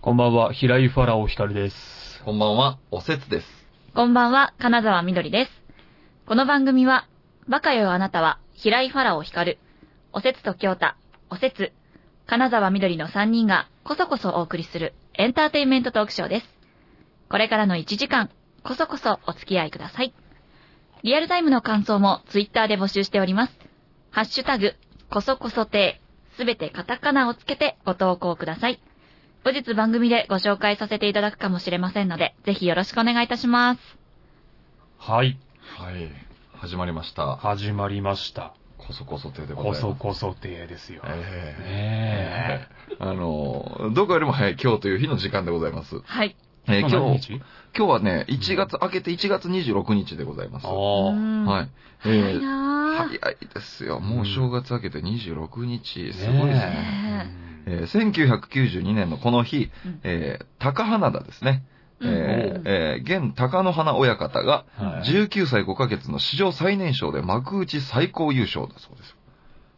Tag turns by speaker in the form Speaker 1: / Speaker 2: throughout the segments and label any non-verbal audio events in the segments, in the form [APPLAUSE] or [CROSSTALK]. Speaker 1: こんばんは、平井ファラオ光です。
Speaker 2: こんばんは、おせつです。
Speaker 3: こんばんは、金沢みどりです。この番組は、バカよあなたは、平井ファラオ光る、おせつと京太、おせつ、金沢みどりの3人が、こそこそお送りする、エンターテインメントトークショーです。これからの1時間、こそこそお付き合いください。リアルタイムの感想も、ツイッターで募集しております。ハッシュタグ、こそこそてい、すべてカタカナをつけてご投稿ください。後日番組でご紹介させていただくかもしれませんので、ぜひよろしくお願いいたします。
Speaker 1: はい、
Speaker 2: はい。始まりました。
Speaker 1: 始まりました。
Speaker 2: こそこそ手でござい
Speaker 1: こ
Speaker 2: ます。
Speaker 1: そこそ亭ですよ。
Speaker 2: え
Speaker 1: ね
Speaker 2: えあの、どこよりも早い今日という日の時間でございます。
Speaker 3: はい。
Speaker 2: え
Speaker 1: え。
Speaker 2: ー
Speaker 1: 今
Speaker 2: 今
Speaker 1: 日
Speaker 2: 日、今日はね、1月、明けて1月26日でございます。
Speaker 1: あ
Speaker 2: は。
Speaker 1: あ、
Speaker 3: はい
Speaker 2: え
Speaker 3: 早い
Speaker 2: ー
Speaker 3: な
Speaker 2: 早いですよ。もう正月明けて26日、すごいです
Speaker 3: ぁ。
Speaker 2: ね。
Speaker 3: ね
Speaker 2: えー1992年のこの日、
Speaker 3: うん
Speaker 2: えー高花田ですね。
Speaker 3: え
Speaker 2: え
Speaker 3: う
Speaker 2: ー
Speaker 3: ん
Speaker 2: えー現高野花親方が、
Speaker 1: はい
Speaker 2: 19歳5ヶ月の史上最年少で幕内最高優勝だそうです。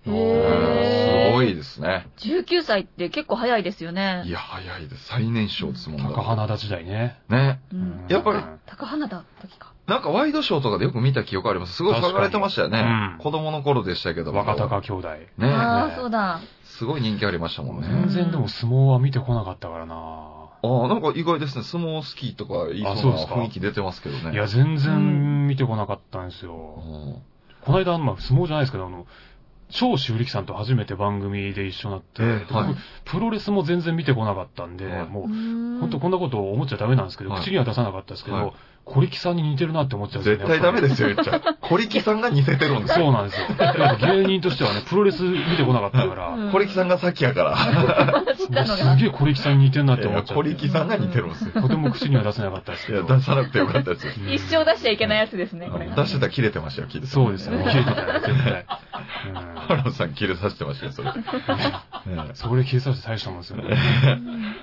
Speaker 3: へ
Speaker 2: す
Speaker 3: ー
Speaker 2: ごいですね。
Speaker 3: 19歳って結構早いですよね。
Speaker 2: いや、早いです。最年少ですもんだって
Speaker 1: 高花田時代ね。
Speaker 2: ね。
Speaker 3: うん
Speaker 2: やっぱり
Speaker 3: 高花だ時か。
Speaker 2: なんかワイドショーとかでよく見た記憶あります。すごい騒がれてましたよね。
Speaker 1: 確かにうん
Speaker 2: 子供の頃でしたけども。
Speaker 1: 若隆兄弟。
Speaker 2: ね
Speaker 3: ああ、そうだ。
Speaker 2: すごい人気ありましたもんね。
Speaker 1: 全然でも相撲は見てこなかったからな
Speaker 2: ああ、なんか意外ですね。相撲好きとか言い
Speaker 1: あ
Speaker 2: そ
Speaker 1: そう
Speaker 2: う
Speaker 1: です
Speaker 2: な
Speaker 1: か
Speaker 2: 雰囲気出てますけどね。
Speaker 1: いや、全然見てこなかったんですよ。
Speaker 2: うん
Speaker 1: この間、まあ、相撲じゃないですけど、あの、超修力さんと初めて番組で一緒になって、
Speaker 2: ええはい
Speaker 1: 僕プロレスも全然見てこなかったんで、
Speaker 2: はい
Speaker 1: もう、
Speaker 3: ほ
Speaker 1: 本当こんなこと思っちゃダメなんですけど、
Speaker 2: はい
Speaker 1: 口には出さなかったですけど、
Speaker 2: はい
Speaker 1: 小力さんに似てるなって思っちゃうんですよ
Speaker 2: 絶対ダメ
Speaker 1: す。
Speaker 2: ですよ、
Speaker 1: [LAUGHS]
Speaker 2: 言っちゃ。小力さんが似せてるんです
Speaker 1: そ
Speaker 2: よ。
Speaker 1: うなんですよ。やっぱ芸人としてはね、プロレス見てこなかったから、も
Speaker 2: 小力さんが先
Speaker 1: [LAUGHS]
Speaker 2: やから。
Speaker 3: 知った
Speaker 1: う
Speaker 3: の
Speaker 1: す
Speaker 3: が。
Speaker 1: げえ小力さんに似てるなって
Speaker 2: い
Speaker 1: 思っ
Speaker 2: や
Speaker 1: ちゃっ
Speaker 2: 小
Speaker 1: て、
Speaker 2: 力さんが似てるんですよ。
Speaker 1: とても口には出せなかったです
Speaker 2: い
Speaker 1: け
Speaker 2: や、
Speaker 1: ど。
Speaker 2: 出さなくてよかったやつ。
Speaker 1: うん
Speaker 3: 一生出しちゃいけないやつですね、これが。
Speaker 2: 出してたら切れてましたよ、切れて
Speaker 1: そうですね。切れてたよ、絶対。
Speaker 2: 原田さん切れさせてましたよ、それ。
Speaker 1: う
Speaker 2: え
Speaker 1: ん。それ消えさせて大したもんですよね。
Speaker 2: え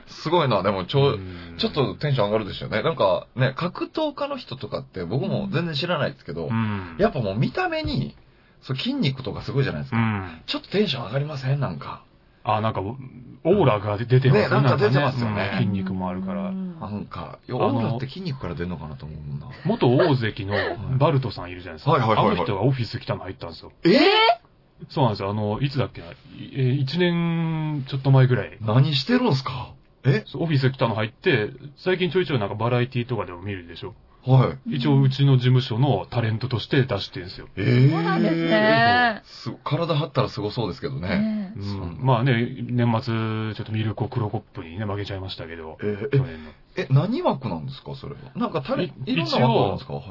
Speaker 2: すごいな、でも、ちょ
Speaker 1: う、ん
Speaker 2: ちょっと、テンション上がるでしょうね。なんか、ね、格闘家の人とかって僕も全然知らないですけど
Speaker 1: う、ん。
Speaker 2: やっぱもう見た目に、そう筋肉とかすごいじゃないです
Speaker 1: う
Speaker 2: か。
Speaker 1: ん。
Speaker 2: ちょっとテンション上がりませんなんか。
Speaker 1: あ、なんか、オーラが出てます
Speaker 2: ねなんか出てますよね
Speaker 1: うん筋肉もあるから
Speaker 2: な
Speaker 3: う。
Speaker 2: んんか、オ
Speaker 1: あの
Speaker 2: ーラって筋肉から出るのかなと思うもんな。
Speaker 1: 元大関のバルトさんいるじゃないですか。
Speaker 2: はいはいはいはい
Speaker 1: あの人がオフィス来たの入ったんですよ。
Speaker 2: え
Speaker 1: そうなんですよ。あの、いつだっけな、いえー一年ちょっと前ぐらい。
Speaker 2: 何してるんすかえ
Speaker 1: そうオフィス来たの入って、最近ちょいちょいなんかバラエティとかでも見るでしょ。
Speaker 2: はい。
Speaker 1: 一応うちの事務所のタレントとして出してるんですよ。
Speaker 2: ええ
Speaker 3: そうなんですね
Speaker 2: すご体張ったらすごそうですけどね。
Speaker 3: ね
Speaker 1: う、
Speaker 2: そうん
Speaker 1: まあね、年末、ちょっとミルコ・クロコップにね、負けちゃいましたけど、
Speaker 2: え
Speaker 1: 去
Speaker 2: ーえ、
Speaker 1: 年の。
Speaker 2: え、何枠なんですかそれは。なんかタレ、
Speaker 1: い
Speaker 2: いろんな枠なんですかはい。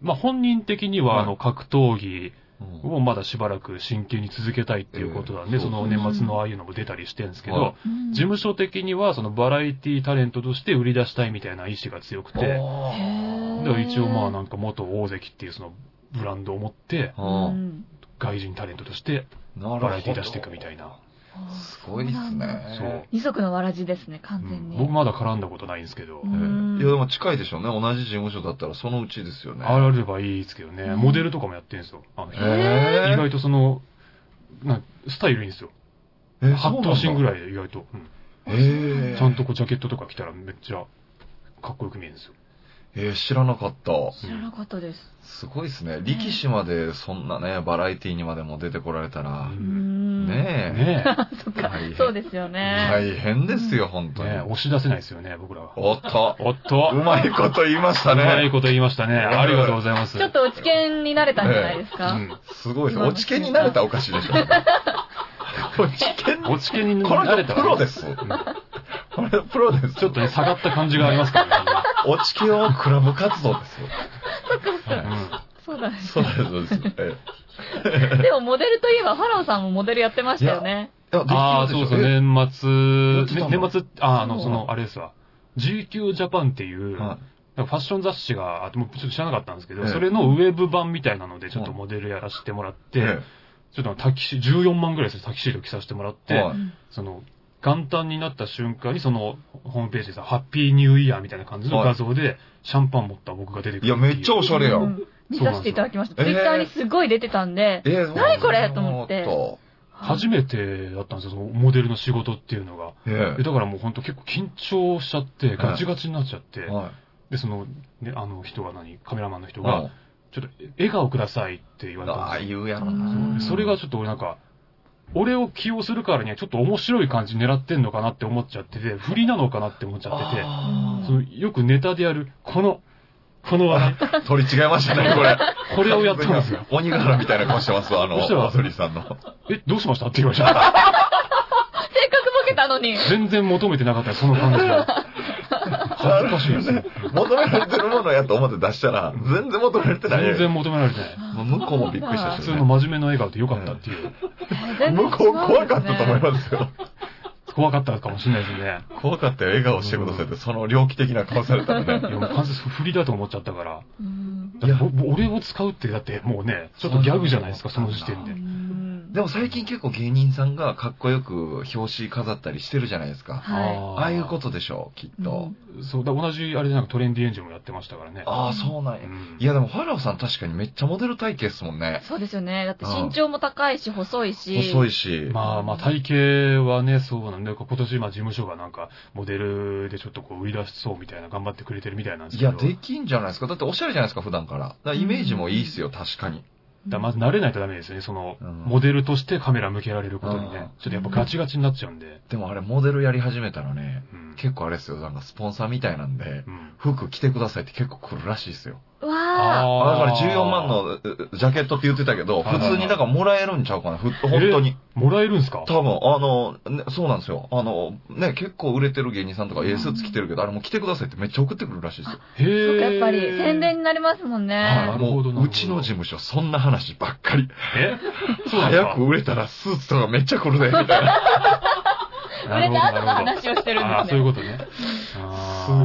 Speaker 1: まあ本人的には、
Speaker 2: はい
Speaker 1: あの、格闘技
Speaker 2: うん
Speaker 1: をまだしばらく真剣に続けたいっていうことなんで、
Speaker 2: ええ
Speaker 1: その年末のああいうのも出たりしてるんですけど、
Speaker 2: はい
Speaker 3: うん
Speaker 1: 事務所的には、そのバラエティタレントとして売り出したいみたいな意志が強くて、
Speaker 2: あ
Speaker 3: へ
Speaker 1: だ
Speaker 3: ー
Speaker 1: から一応まあなんか元大関っていうそのブランドを持って、
Speaker 2: ー
Speaker 3: う
Speaker 2: あー
Speaker 3: ん
Speaker 1: 外人タレントとして
Speaker 2: な
Speaker 1: バ
Speaker 2: るほど
Speaker 1: ラエティ出していくみたいな。
Speaker 2: すごいです。
Speaker 1: そ
Speaker 2: ね。
Speaker 1: う。
Speaker 3: 二足のわらじですね、完
Speaker 1: う
Speaker 3: 全
Speaker 1: ん
Speaker 3: に。
Speaker 1: 僕まだ絡んだことないんですけど
Speaker 3: う
Speaker 2: え、
Speaker 3: ん
Speaker 2: ーいや、でも近いでしょうね。同じ事務所だったらそのうちですよね。
Speaker 1: あればいいですけどね、
Speaker 3: うん
Speaker 1: モデルとかもやってるんですよ。あの
Speaker 2: え
Speaker 1: 人
Speaker 2: ー
Speaker 1: 意外とその、なんスタイルいいんですよ。
Speaker 2: えー
Speaker 1: 8頭身ぐ
Speaker 2: い。
Speaker 1: らいで意外と。うん
Speaker 2: えー
Speaker 1: ちゃんとこうジャケットとか着たらめっちゃかっこよく見えるんですよ。
Speaker 2: えー知らなかった。
Speaker 3: 知らなかったです。
Speaker 2: すごいですね。力士までそんなね、バラエティにまでも出てこられた
Speaker 1: う
Speaker 2: ら
Speaker 3: うんん。
Speaker 2: ね
Speaker 1: ね
Speaker 3: あそっか
Speaker 2: 大変。
Speaker 3: そうですよ
Speaker 2: え。
Speaker 3: ね。
Speaker 2: 大変ですよ、本
Speaker 1: え。
Speaker 2: 当に
Speaker 1: ねえ。押し出せないですよね、僕らは。
Speaker 2: おっと。
Speaker 1: おっ
Speaker 2: う
Speaker 1: と。
Speaker 2: まいこと言いました
Speaker 1: うまい
Speaker 2: ね。
Speaker 1: こと言いましたね。ありがとうございます。
Speaker 3: ちょっと落ち見になれたんじゃないですか。
Speaker 1: うん
Speaker 2: すごいです。落ち見になれたらおかしいでしょ。落ち見
Speaker 1: 落ち見に
Speaker 2: この
Speaker 1: 慣れ
Speaker 2: 人
Speaker 1: た。
Speaker 2: プロですす。
Speaker 1: うん
Speaker 2: これプロです。
Speaker 1: ちょっとね、下がった感じがありますからね。
Speaker 2: 落ち見をクラブ活動ですよ。は
Speaker 3: そうだね
Speaker 2: い、そうです、そうです。え
Speaker 3: でもモデルといえば、ファラオさんもモデルやってましたよね。
Speaker 2: えいや
Speaker 1: ああ、
Speaker 2: で
Speaker 1: そ
Speaker 2: き
Speaker 1: う
Speaker 2: る
Speaker 1: そう、
Speaker 2: でしょえ
Speaker 1: 年
Speaker 2: や
Speaker 1: 末
Speaker 2: ってた、の
Speaker 1: ね年末、あーあの、
Speaker 3: そう
Speaker 1: その、あれですわ。GQ ジャパンっていう、
Speaker 2: は
Speaker 1: なんかファッション雑誌があって、もうちょっと知らなかったんですけど、
Speaker 2: ええ
Speaker 1: それのウェブ版みたいなので、ちょっと
Speaker 2: うん
Speaker 1: モデルやらせてもらっ
Speaker 2: い
Speaker 1: て、ちょっとタキシ、14万ぐらいでするタキシード着させてもらって、
Speaker 2: はい
Speaker 3: うん
Speaker 1: その、元旦になった瞬間に、その、ホームページでさ、ハッピーニューイヤーみたいな感じの
Speaker 2: はい
Speaker 1: 画像で、シャンパン持った僕が出てくる
Speaker 2: いや、めっちゃおしゃれや。
Speaker 3: うんん見させていただきました。
Speaker 2: そう
Speaker 3: ツ
Speaker 2: な
Speaker 3: イ
Speaker 2: んですよ
Speaker 3: ッターにすごい出てたんで、
Speaker 2: えー
Speaker 3: 何これと思って
Speaker 2: そう
Speaker 1: 初めてだったんですよ、そのモデルの仕事っていうのが。
Speaker 2: え
Speaker 1: でだからもうほんと結構緊張しちゃって、ガチガチになっちゃって
Speaker 2: え。、は
Speaker 1: で、その、ね、あの人が何、カメラマンの
Speaker 2: い。
Speaker 1: 人が、ちょっと笑顔くださいって言われたん
Speaker 2: ああ、
Speaker 1: ですよ。
Speaker 2: 言うやろ
Speaker 3: う
Speaker 2: な。
Speaker 3: ん
Speaker 1: それがちょっと俺なんか、俺を起用するからにはちょっと面白い感じ狙ってんのかなって思っちゃってて、振りなのかなって思っちゃって
Speaker 2: あ
Speaker 1: て、そ
Speaker 2: ー
Speaker 1: のよくネタでやる、この、この
Speaker 2: [LAUGHS]
Speaker 1: 笑い、
Speaker 2: 取り違えましたね、これ。
Speaker 1: これをやったん
Speaker 2: [LAUGHS]
Speaker 1: ですよ。
Speaker 2: 鬼瓦みたいな顔してますわ、あの、
Speaker 1: そしたら
Speaker 2: アソリさんの。
Speaker 1: え、どうしましたって言われちゃった。
Speaker 3: 性格ボケたのに。
Speaker 1: 全然求めてなかったよその感じ
Speaker 2: [LAUGHS]
Speaker 1: が。恥ずかしいですね。
Speaker 2: 求められてるものやと思って出したら、全然求められてない。
Speaker 1: 全然求められてない。
Speaker 2: もう向こうもびっくりした
Speaker 1: 普
Speaker 2: し、
Speaker 1: 通の真面目な笑顔でよかったっていう。
Speaker 2: 向こう怖かったと思い
Speaker 3: す。
Speaker 2: ますよ。
Speaker 1: 怖かったかもしれないです
Speaker 2: [LAUGHS]
Speaker 1: ね。
Speaker 2: 怖かったよ、笑顔してくださいって、その猟奇的な顔されたら
Speaker 1: いや、
Speaker 2: ね。
Speaker 1: もう完全に振りだと思っちゃったから。
Speaker 3: うん
Speaker 1: だってぼぼ俺を使うって、だってもうね、ちょっとギャグじゃないですか、その時点
Speaker 3: う
Speaker 1: で。
Speaker 3: ん
Speaker 2: でも最近結構芸人さんがかっこよく表紙飾ったりしてるじゃないですか。
Speaker 3: は
Speaker 2: ああいうことでしょう、き
Speaker 3: い。
Speaker 2: っと。
Speaker 1: と。そう、だ同じあれでなんかトレンディエンジンもやってましたからね。
Speaker 2: ああ、そうなん
Speaker 1: う
Speaker 2: や。
Speaker 1: ん
Speaker 2: いやでも、ファラオさん確かにめっちゃモデル体型ですもんね。
Speaker 3: そうですよね。だって身長も高いし、細いし。
Speaker 2: 細
Speaker 3: い。
Speaker 2: いし。
Speaker 1: まあまあ体型はね、そうなんで、今年まあ事務所がなんかモデルでちょっとこう売り出しそうみたいな、頑張ってくれてるみたいなんです
Speaker 2: い
Speaker 1: けど。
Speaker 2: や、できんじゃないですか。だっておしゃれじゃないですか、普段から。だからイメージもいいっすよ、確かに。
Speaker 1: だまず慣れないとダメですよね、その、
Speaker 2: うん
Speaker 1: モデルとしてカメラ向けられることに
Speaker 2: うん
Speaker 1: ね。ちょっとやっぱガチガチになっちゃうんで。
Speaker 2: でもあれ、モデルやり始めたらね、
Speaker 1: うん。
Speaker 2: 結構あれっすよ、なんかスポンサーみたいなんで、
Speaker 1: うん
Speaker 2: 服着てくださいって結構来るらしいっすよ。
Speaker 3: うわ
Speaker 2: だから
Speaker 1: ー
Speaker 2: 14万のううジャケットって言ってたけ
Speaker 1: は
Speaker 2: ど、
Speaker 1: いはいはい
Speaker 2: 普通になんかもらえるんちゃうかな、ふ本当に。
Speaker 1: もらえるんすか
Speaker 2: 多分、あの、ねそうなんですよ。あの、ね、結構売れてる芸人さんとか、
Speaker 3: うん
Speaker 2: ええスーツ着てるけど、あれもう着てくださいってめっちゃ送ってくるらしいですよ。
Speaker 1: へ
Speaker 3: ー。そっか、やっぱり宣伝
Speaker 1: に。
Speaker 3: になりますもん
Speaker 1: は
Speaker 3: ね
Speaker 1: い。
Speaker 2: も
Speaker 1: なるほどなるほ
Speaker 2: う、
Speaker 1: ど
Speaker 2: うちの事務所、そんな話ばっかり。
Speaker 1: えそうなんです
Speaker 2: 早
Speaker 1: か
Speaker 2: く売れたらスーツとかめっちゃ来るで、みたいな。
Speaker 3: 売れた後
Speaker 1: なるほ
Speaker 3: の
Speaker 1: どなるほ
Speaker 3: 話をし
Speaker 1: ど
Speaker 3: てるん
Speaker 1: ああ、
Speaker 3: です
Speaker 1: そういう
Speaker 3: ね。
Speaker 1: ことね。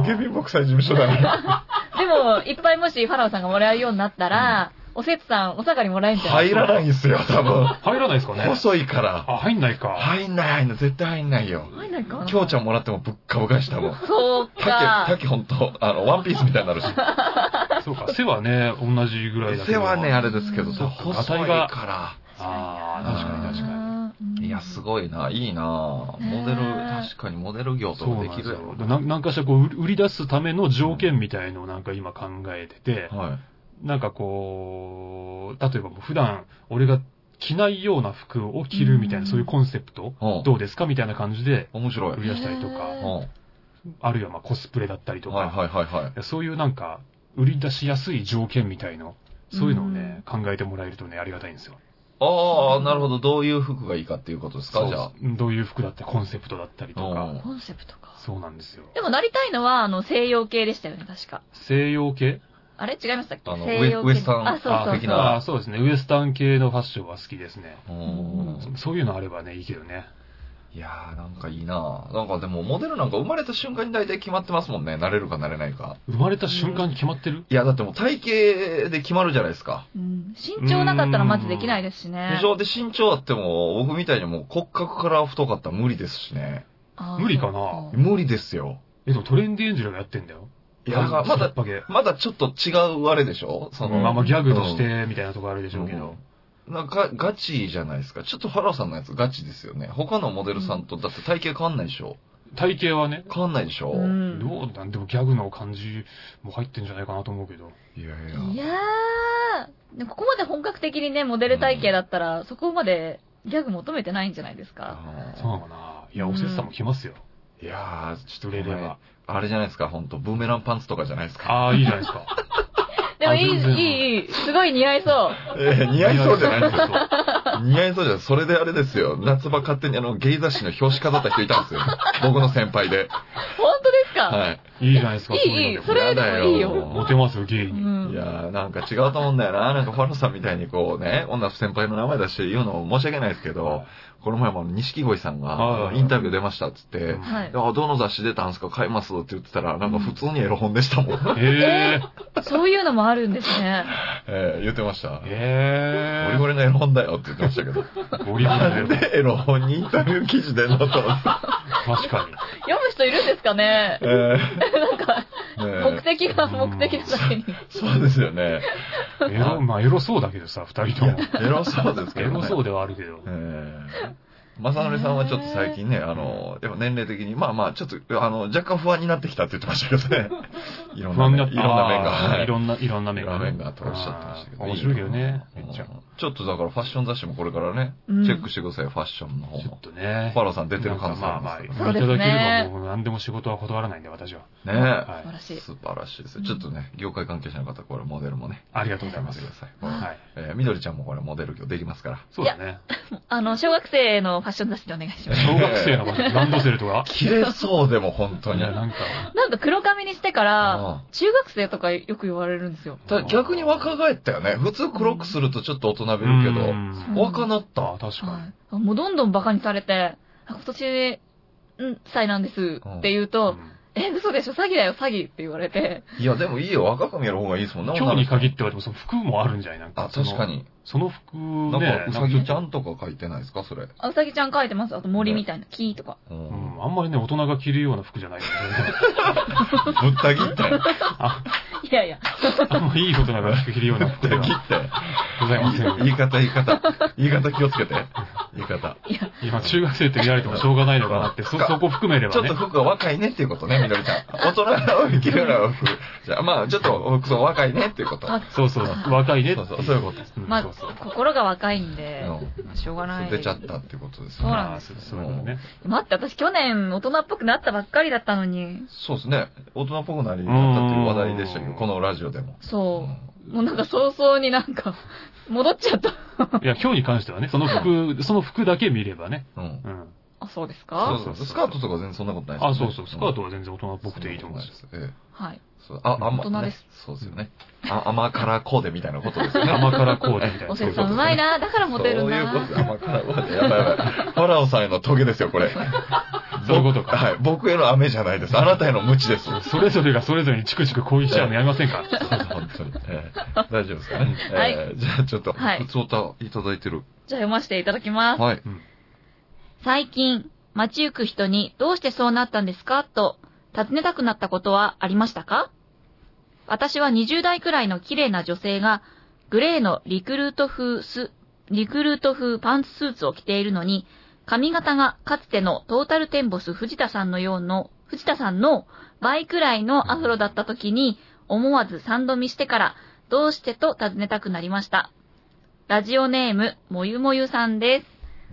Speaker 2: すげえ貧乏くさい事務所だね。
Speaker 3: でも、いっぱいもしファラオさんがもらえるようになったら、おせつさん、お下がりもらえるんじゃない
Speaker 2: [LAUGHS] 入らないんすよ、多分。
Speaker 1: 入らないですかね。
Speaker 2: [LAUGHS] 細いから。
Speaker 1: あ、入んないか。
Speaker 2: 入んない、入んない、絶対入んないよ。
Speaker 3: 入らないか
Speaker 2: きょうちゃんもらってもぶっかぶかした [LAUGHS] もん。
Speaker 3: そう
Speaker 2: タケ、タ
Speaker 3: か。
Speaker 2: ケほんと、あの、ワンピースみたいになるし。
Speaker 1: そうか、背はね、同じぐらいだけ
Speaker 2: 背
Speaker 1: ど。
Speaker 2: はね、あれですけど、
Speaker 3: そ
Speaker 2: 細
Speaker 1: っか
Speaker 2: いか
Speaker 1: ああ、確かに確か
Speaker 2: ら。いや、すごいな、いいなモ
Speaker 3: ねえ
Speaker 2: デル、確かにモデル業
Speaker 1: に。
Speaker 2: と
Speaker 1: そう
Speaker 2: か
Speaker 1: な
Speaker 2: で
Speaker 1: んで
Speaker 2: き
Speaker 1: す
Speaker 2: るやろ
Speaker 1: よ。な
Speaker 2: うな。
Speaker 1: なんかしらこう、売売り出すための条件みたいのをなんか今考えてて、
Speaker 2: はい。
Speaker 1: なんかこう、例えばもう普段俺が着ないような服を着るみたいな、
Speaker 3: うん
Speaker 1: そういうコンセプト、
Speaker 2: うん。
Speaker 1: どうですかみたいな感じで
Speaker 2: 面白い。
Speaker 1: 売
Speaker 2: う
Speaker 1: り出したりと
Speaker 2: ん。
Speaker 1: か、
Speaker 3: へ
Speaker 2: は
Speaker 1: あるいはまあコスプレだったり
Speaker 2: い
Speaker 1: とか、
Speaker 2: はいはいはい。
Speaker 1: そういうなんか、売り出しやすい条件みたいの、そういうのをね、考えてもらえるとね、ありがたいんですよ。
Speaker 2: ああ、なるほど。どういう服がいいかっていうことですか、じゃあ。
Speaker 1: そうどういう服だったり、コンセプトだったりと
Speaker 2: う
Speaker 1: か
Speaker 2: ん、
Speaker 3: コンセプトか。
Speaker 1: そうなんですよ。
Speaker 3: でもなりたいのは、あの、西洋系でしたよね、確か。
Speaker 1: 西洋系
Speaker 3: あれ違いましたっけ
Speaker 2: あの
Speaker 3: 西洋系
Speaker 2: ウエウエスタン
Speaker 3: あ、そう
Speaker 1: あ
Speaker 3: そう
Speaker 2: 的
Speaker 3: そう。
Speaker 2: な
Speaker 1: あそうですね。ウエスタン系のファッションは好きですね。
Speaker 2: うん
Speaker 1: そそういうのあればね、いいけどね。
Speaker 2: いやー、なんかいいななんかでも、モデルなんか生まれた瞬間に大体決まってますもんね。なれるかなれないか。
Speaker 1: 生まれた瞬間に決まってる
Speaker 2: いや、だってもう体型で決まるじゃないですか。
Speaker 3: うん身長なかったらまずできないですしね
Speaker 2: 非。常で身長あっても、僕みたいにもう骨格から太かったら無理ですしね。
Speaker 3: あー
Speaker 1: 無理かな
Speaker 3: そうそう
Speaker 2: 無理ですよ。
Speaker 1: え、でもトレンディエンジェルがやってんだよ。
Speaker 2: いや、だからま
Speaker 1: すっ
Speaker 2: だ、
Speaker 1: ぱげ。
Speaker 2: まだちょっと違うあれでしょその、
Speaker 1: まあまあギャグとして、みたいなとこあるでしょうけど。
Speaker 2: なんかガチじゃないですか。ちょっとファラオさんのやつガチですよね。他のモデルさんと、だって体型変わんないでしょ
Speaker 1: 体型はね、
Speaker 2: 変わんないでしょ、
Speaker 3: うん
Speaker 1: どうなんでもギャグの感じも入ってんじゃないかなと思うけど。
Speaker 2: いやい
Speaker 3: い
Speaker 2: や。
Speaker 3: やー、でもここまで本格的にね、モデル体型だったら、そこまでギャグ求めてないんじゃないですか。
Speaker 2: あ
Speaker 1: そう
Speaker 2: ー
Speaker 1: なのかないや、おせっさんも来ますよ。
Speaker 2: いやー、ちょっと
Speaker 1: 売れれば
Speaker 2: ね。あれじゃないですか、ほんと、ブーメランパンツとかじゃないですか。
Speaker 1: ああ、いいじゃないですか。
Speaker 3: でもい
Speaker 1: 全然
Speaker 3: い、いい、いい、すごい似合いそう。
Speaker 2: ええ [LAUGHS] 似合いそうじゃないですか。
Speaker 1: か。
Speaker 2: 似合いそうじゃない。それであれですよ。夏場勝手にあの、ゲイ雑誌の表紙飾った人いたんですよ。僕の先輩で。
Speaker 3: 本当ですか、
Speaker 2: はい。
Speaker 1: いいじゃないですか、
Speaker 3: いい
Speaker 1: そういうので
Speaker 3: それよりもいいよ
Speaker 2: や
Speaker 1: も。
Speaker 2: だ
Speaker 1: モテますよ、ゲイ
Speaker 3: う
Speaker 1: に。
Speaker 3: ん
Speaker 2: いやー、なんか違うと思うんだよな。なんかファロさんみたいにこうね、女先輩の名前出して言うの申し訳ないですけど、この前もあの錦鯉さん
Speaker 1: は
Speaker 2: が
Speaker 1: い
Speaker 2: インタビュー出ましたっつって、
Speaker 1: うん
Speaker 3: はい
Speaker 2: あどの雑誌出たんすか買いますって言ってたら、なんか普通にエロ本でしたもん。
Speaker 1: え
Speaker 3: そういうのもあるんですね。
Speaker 2: えー言ってました
Speaker 1: ー。。え
Speaker 2: ゴ
Speaker 1: ー。
Speaker 2: リゴリのエロ本だよって言ってましたけど。
Speaker 1: ゴリゴリだ
Speaker 2: なん
Speaker 1: よ。
Speaker 2: [LAUGHS] でエロ本にインタビュー記事出んのと思って。
Speaker 1: 確かに。
Speaker 3: 読む人いるんですかね
Speaker 2: [LAUGHS] えー
Speaker 3: なんか、目的が目的なだけに。
Speaker 2: そうですよね。
Speaker 1: [LAUGHS] エロ、まあエロそうだけどさ、二人とも。
Speaker 2: エロそうですけ
Speaker 1: エ
Speaker 2: どね。
Speaker 1: ロそうで
Speaker 2: で。
Speaker 1: はあるけど。
Speaker 2: まさのりさんはちょっと最近ね、あの、やっぱ年齢的に、まあまあ、ちょっと、あの、若干不安になってきたって言ってましたけど
Speaker 1: [LAUGHS]
Speaker 2: ね。いろん
Speaker 1: 不
Speaker 2: な
Speaker 1: 安
Speaker 2: 面
Speaker 1: にな
Speaker 2: が、
Speaker 1: っ
Speaker 2: い
Speaker 1: た。あー
Speaker 2: ろんな面が。はい
Speaker 1: いろんな、いろんな面が。
Speaker 2: ラーメンがとおっしゃってましたけど。
Speaker 1: あー面白いけどね、めっちゃ。
Speaker 2: ちょっとだからファッション雑誌もこれからね、
Speaker 3: うん
Speaker 2: チェックしてください、ファッションの方
Speaker 1: ちょ
Speaker 2: も
Speaker 1: っ。とね。
Speaker 2: ファローさん出てる可能性
Speaker 1: まあま
Speaker 2: あ
Speaker 1: あ、
Speaker 2: り
Speaker 1: い
Speaker 2: ます
Speaker 1: た
Speaker 2: か
Speaker 1: だ
Speaker 3: そう
Speaker 1: け
Speaker 3: ですね
Speaker 1: ればもう何でも仕事は断らないんで、私は。
Speaker 2: らね。ね
Speaker 1: はい。
Speaker 3: 素晴らしい。
Speaker 2: 素晴らしいですよ。ちょっとね、業界関係者の方、これモデルもね、
Speaker 1: ありがとうござい
Speaker 2: 頑
Speaker 1: ま
Speaker 2: 張って
Speaker 1: す
Speaker 2: く。ださい。
Speaker 3: は
Speaker 1: はい。
Speaker 2: えー、みどりちゃんもこれモデル業できますから。
Speaker 1: そうだね。
Speaker 3: あの、小学生のファッション雑誌でお願いします。
Speaker 1: 小学生の場所、ランドセルとか
Speaker 2: 切れそうでも本当
Speaker 1: い
Speaker 2: に。
Speaker 1: や、なんか、
Speaker 3: [LAUGHS] なんか黒髪にしてから、
Speaker 2: あ
Speaker 3: 中学生とかよく言われるんですよ。
Speaker 2: ただ逆に若返ったよね。普通黒くするとちょっと大人びるけど、
Speaker 1: うん
Speaker 2: 若なった
Speaker 1: あ。確か
Speaker 3: は
Speaker 1: に。
Speaker 3: い。もうどんどんバカにされて、あ今年、うん、歳なんですって言うと、え、嘘でしょ詐欺だよ、詐欺って言われて。
Speaker 2: いや、でもいいよ。若く見える方がいいですもん
Speaker 1: う
Speaker 2: ね。
Speaker 1: ん今日に限
Speaker 2: っ
Speaker 1: っては、でもその服もあるんじゃないなんか。
Speaker 2: あ、確かに。
Speaker 1: その。その服
Speaker 2: なん
Speaker 1: ね
Speaker 2: か、、うさぎちゃんとか書いてないですかそれ。
Speaker 3: あ、うさぎちゃん書いてます。あと森みたいな、木とか。
Speaker 2: う。
Speaker 1: うんん、あんまりね、大人が着るような服じゃないよね。
Speaker 2: ぶった切って。
Speaker 1: あ、
Speaker 3: いやいや。
Speaker 1: あんまいい大人が着るよう
Speaker 2: [LAUGHS]
Speaker 1: な服で
Speaker 2: ぶ
Speaker 1: は
Speaker 2: った切って。
Speaker 1: ございません。
Speaker 2: 言い方、言い方。言い方気をつけて。言い方。
Speaker 1: 今、中学生って見られてもしょうがないのかなって、そ、そこ含めれば
Speaker 2: ち
Speaker 1: ね。
Speaker 2: ょっと服は若いねっていうことね、みどりちゃん。大人が着るような服。じゃあ、まあ、ちょっと、そう、若いねっていうこと。
Speaker 3: あ
Speaker 1: そうそう、若いねってい
Speaker 2: そうそうそういうことです
Speaker 1: ん
Speaker 3: ま
Speaker 1: そ
Speaker 3: あ
Speaker 1: うそう、
Speaker 3: 心が若いんで、
Speaker 2: う
Speaker 3: まあしょうがない。
Speaker 2: ん。出ちゃったっていうことです
Speaker 3: そう
Speaker 2: ね。
Speaker 3: なんです
Speaker 1: まあそういうことね。
Speaker 3: 待って、私去年大人っぽくなったばっかりだったのに。
Speaker 2: そうですね。大人っぽくなりになったっていう話題でしたけど、このラジオでも。
Speaker 3: そうう。もうなんか早々になんか、 [LAUGHS] 戻っちゃった。
Speaker 1: いや、今日に関してはね、その服、その服だけ見ればね。
Speaker 2: うん。
Speaker 1: うん。
Speaker 3: あ、そうです
Speaker 2: そう
Speaker 3: か
Speaker 2: そうスカートとか全然そんなことない
Speaker 1: あ、そうそう、スカート
Speaker 2: は
Speaker 1: は全然大人っぽくていいと思うし。
Speaker 2: す。ええ
Speaker 3: はい。
Speaker 2: そうあ、あんま、
Speaker 3: 大人です
Speaker 2: ねそうですよね。あ、甘辛コーデみたいなことですよ
Speaker 1: [LAUGHS]
Speaker 2: ね。
Speaker 1: 甘辛コーデみたい
Speaker 3: お
Speaker 1: な。そ
Speaker 3: せ
Speaker 1: う
Speaker 3: る
Speaker 1: そ
Speaker 3: さ
Speaker 1: うん
Speaker 3: うまいな。だからモテる
Speaker 2: そういうこと
Speaker 3: な。
Speaker 2: です甘辛コーデ。やばいやばい。ファラオさんへのトゲですよ、これ。
Speaker 1: [LAUGHS] そういうことか
Speaker 2: はい。僕への飴じゃないです。あなたへの無知です。そう
Speaker 1: それぞれがそれぞれにチクチク攻撃しちゃうのやめませんか
Speaker 2: 本当に。ええ大丈夫ですかね。
Speaker 3: はい
Speaker 2: ええじゃあちょっと、
Speaker 3: はい
Speaker 2: 普通歌いただいてる。
Speaker 3: じゃあ読ませていただきます。
Speaker 2: はい。
Speaker 1: うん
Speaker 3: 最近、街行く人にどうしてそうなったんですかと尋ねたくなったことはありましたか私は20代くらいの綺麗な女性がグレーのリクルート風ス、リクルート風パンツスーツを着ているのに、髪型がかつてのトータルテンボス藤田さんのような、藤田さんの倍くらいのアフロだった時に、思わず三度見してから、どうしてと尋ねたくなりました。ラジオネーム、もゆもゆさんです。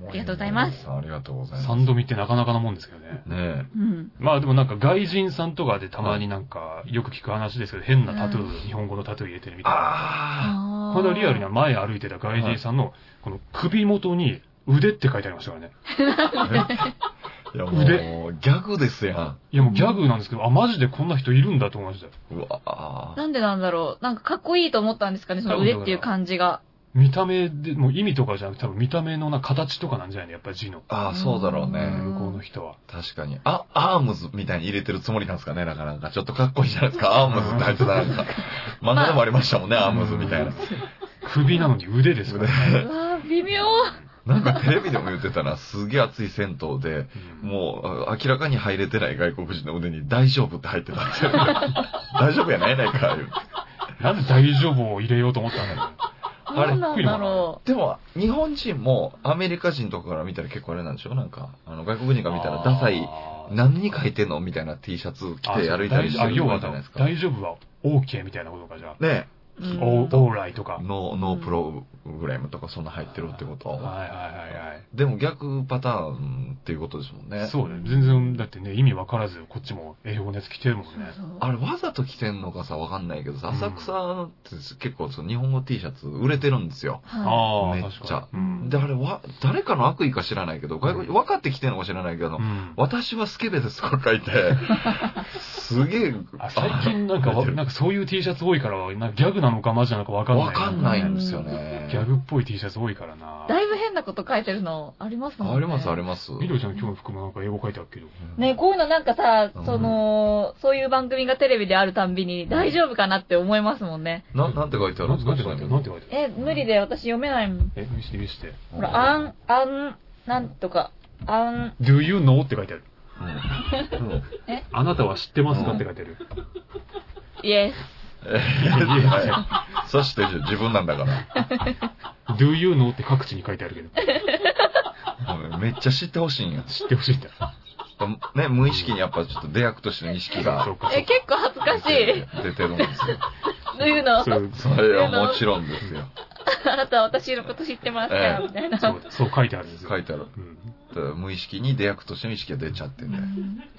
Speaker 3: ありがとうございます。
Speaker 2: ありがとうございます。
Speaker 1: 三度見ってなかなかなもんですけどね。
Speaker 2: ね
Speaker 3: うん。
Speaker 1: まあでもなんか外人さんとかでたまになんかよく聞く話ですけど、変なタトゥー、日本語のタトゥー入れてるみ
Speaker 2: え。
Speaker 1: たいな。
Speaker 2: あ
Speaker 3: あ
Speaker 1: このリアルな
Speaker 3: な。
Speaker 1: 前歩いてた外人さんの、この首元に腕って書いてありましたからね。
Speaker 2: あ。いやもう、ギャグですやん。
Speaker 1: いやもうギャグなんですけど、あ、マジでこんな人いるんだと思いましたよ。
Speaker 2: うわ
Speaker 3: なんでなんだろう。なんかかっこいいと思ったんですかね、その腕っていう感じが。
Speaker 1: 見た目で、もう意味とかじゃなくて、多分見た目のな形とかなんじゃないのやっぱり字の。
Speaker 2: ああ、そうだろうね。
Speaker 1: 向こうの人は。
Speaker 2: 確かに。あ、アームズみたいに入れてるつもりなんですかね、なかなか。ちょっとかっこいいじゃないですか、アームズって入ってたなんか。漫画でもありましたもんね、アームズみたいな。
Speaker 1: 首なのに腕ですからね。
Speaker 3: うわー微妙。
Speaker 2: なんかテレビでも言ってたな、すげえ熱い銭湯で、
Speaker 1: うん
Speaker 2: もうあ明らかに入れてない外国人の腕に大丈夫って入ってたんですよ。大丈夫やないやないか、言う
Speaker 1: なんで大丈夫を入れようと思ったんだろう。
Speaker 2: あれ
Speaker 3: 何なんだろ
Speaker 2: でも、日本人もアメリカ人とかから見たら結構あれなんでしょなんか、あの、外国人が見たらダサい、
Speaker 1: あー
Speaker 2: 何に書いてんのみたいな T シャツ着て歩いたりして
Speaker 1: あ、
Speaker 2: る
Speaker 1: 要
Speaker 2: 人もい
Speaker 1: は
Speaker 2: るじゃないですか。
Speaker 1: 大丈夫は OK みたいなことか、じゃあ。
Speaker 2: ねえ
Speaker 3: う。うん
Speaker 1: オーオーライとか。
Speaker 2: ノー、ノープログラムとかそんな入ってるってこと
Speaker 1: はいはいはいはい。
Speaker 2: でも逆パターンっていうことですもんね。
Speaker 1: そうだよ。全然、だってね、意味わからず、こっちも英語のやつ来てるもんね。
Speaker 2: あれわざと着てんのかさ、わかんないけどさ、
Speaker 1: うん
Speaker 2: 浅草って結構その日本語 T シャツ売れてるんですよ。
Speaker 3: は。。
Speaker 1: ああ、
Speaker 2: めっちゃ
Speaker 1: 確かに。うん
Speaker 2: で、あれわ、誰かの悪意か知らないけど、外国
Speaker 1: う
Speaker 2: 分かってきてんのか知らないけど
Speaker 1: う、ん
Speaker 2: 私はスケベですとか書
Speaker 1: [LAUGHS]
Speaker 2: いて、すげえ、
Speaker 1: あ最近なんか
Speaker 2: 書い
Speaker 1: わ、
Speaker 2: てる
Speaker 1: なんかそういう T シャツ多いから、なんかギャグなのかマジなのかわかんない。
Speaker 2: わかんないんですよ
Speaker 1: ギャ
Speaker 2: ね。
Speaker 1: グっぽい T シャツ多いからない
Speaker 3: だいぶ変なこと書いてるのありますもんね。
Speaker 2: ありますあり
Speaker 3: ま
Speaker 2: ます。
Speaker 1: みどりちゃんの今日の服もなんか英語書いてあるけど。
Speaker 3: ね、こういうのなんかさ
Speaker 2: うん、
Speaker 3: その、そういう番組がテレビであるたんびに大丈夫かなって思いますもんね。
Speaker 2: な、なんて書いてあるんですか
Speaker 1: なんて書いてあるなんて書いてある
Speaker 3: え、無理で私読めないもん。
Speaker 1: え、見せて見せて。
Speaker 3: ほら、あん、あん、なんとか、あん、
Speaker 1: Do you know? って書いてある。
Speaker 2: うんうん [LAUGHS]
Speaker 1: あなたは知ってますかって書いてる。
Speaker 3: イエ
Speaker 2: えはいそして自分なんだから。
Speaker 1: do you know って各地に書いてあるけど、
Speaker 2: うんめっちゃ知ってほしいんや。
Speaker 1: 知ってほしいんだ。
Speaker 2: ね、無意識にやっぱちょっと出役としての意識が
Speaker 1: そうか
Speaker 3: ス。え、結構恥ず
Speaker 2: [LAUGHS]
Speaker 3: かしい。
Speaker 2: 出てるんですよ。
Speaker 3: どういうの [LAUGHS]
Speaker 1: そう
Speaker 2: そ
Speaker 1: そう
Speaker 2: れはもちろんですよ。
Speaker 3: あなたは私のこと知ってますから、
Speaker 2: ええ
Speaker 3: みたいな。
Speaker 1: そうそう書いてあるんですよ。
Speaker 2: 書いてある。
Speaker 1: うん
Speaker 2: 無意識に出役としての意識が出ちゃってんだよ。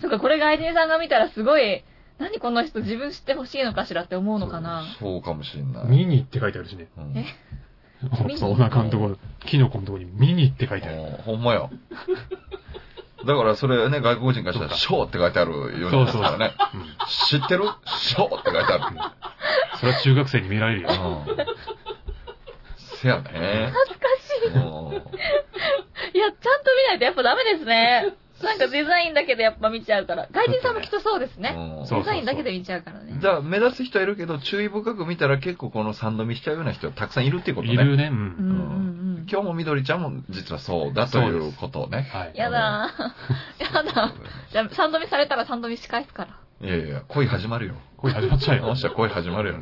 Speaker 3: そうか、これが愛人さんが見たらすごい、何この人自分知ってほしいのかしらって思うのかな。
Speaker 2: そうかもしんない。
Speaker 1: ミニって書いてあるしね。
Speaker 2: うん
Speaker 3: えミニ
Speaker 1: [LAUGHS] そう、お腹のところ、キノコのところにミニって書いてある。
Speaker 2: おーほんまよ。だからそれね、外国人からしたら、ショーって書いてあるようになですからね。
Speaker 1: うん
Speaker 2: 知ってるショーって書いてある。
Speaker 1: それは中学生に見られるよ。
Speaker 2: うん。せやね。
Speaker 3: 恥ずかし
Speaker 2: う
Speaker 3: い。いや、ちゃんと見ないとやっぱダメですね。なんかデザインだけでやっぱ見ちゃうから。外人さんもきっとそうですね。
Speaker 2: ん。うん
Speaker 1: そう
Speaker 3: デザインだけで見ちゃうからね。
Speaker 2: じゃあ、目立つ人はいるけど、注意深く見たら結構この三度見しちゃうような人はたくさんいるっていうことね。
Speaker 1: いるね、う
Speaker 3: うん
Speaker 1: ん。
Speaker 3: うんうん。
Speaker 2: 今日も緑ちゃんも実はそうだということをね。
Speaker 1: はい。
Speaker 3: やだー。やだ。じゃあ、三度見されたら三度見し返すから。
Speaker 2: いやいや、恋始まるよ。
Speaker 1: これ始まっちゃう
Speaker 2: も
Speaker 1: よ
Speaker 2: し。たら恋始
Speaker 1: [LAUGHS]
Speaker 2: まるよ。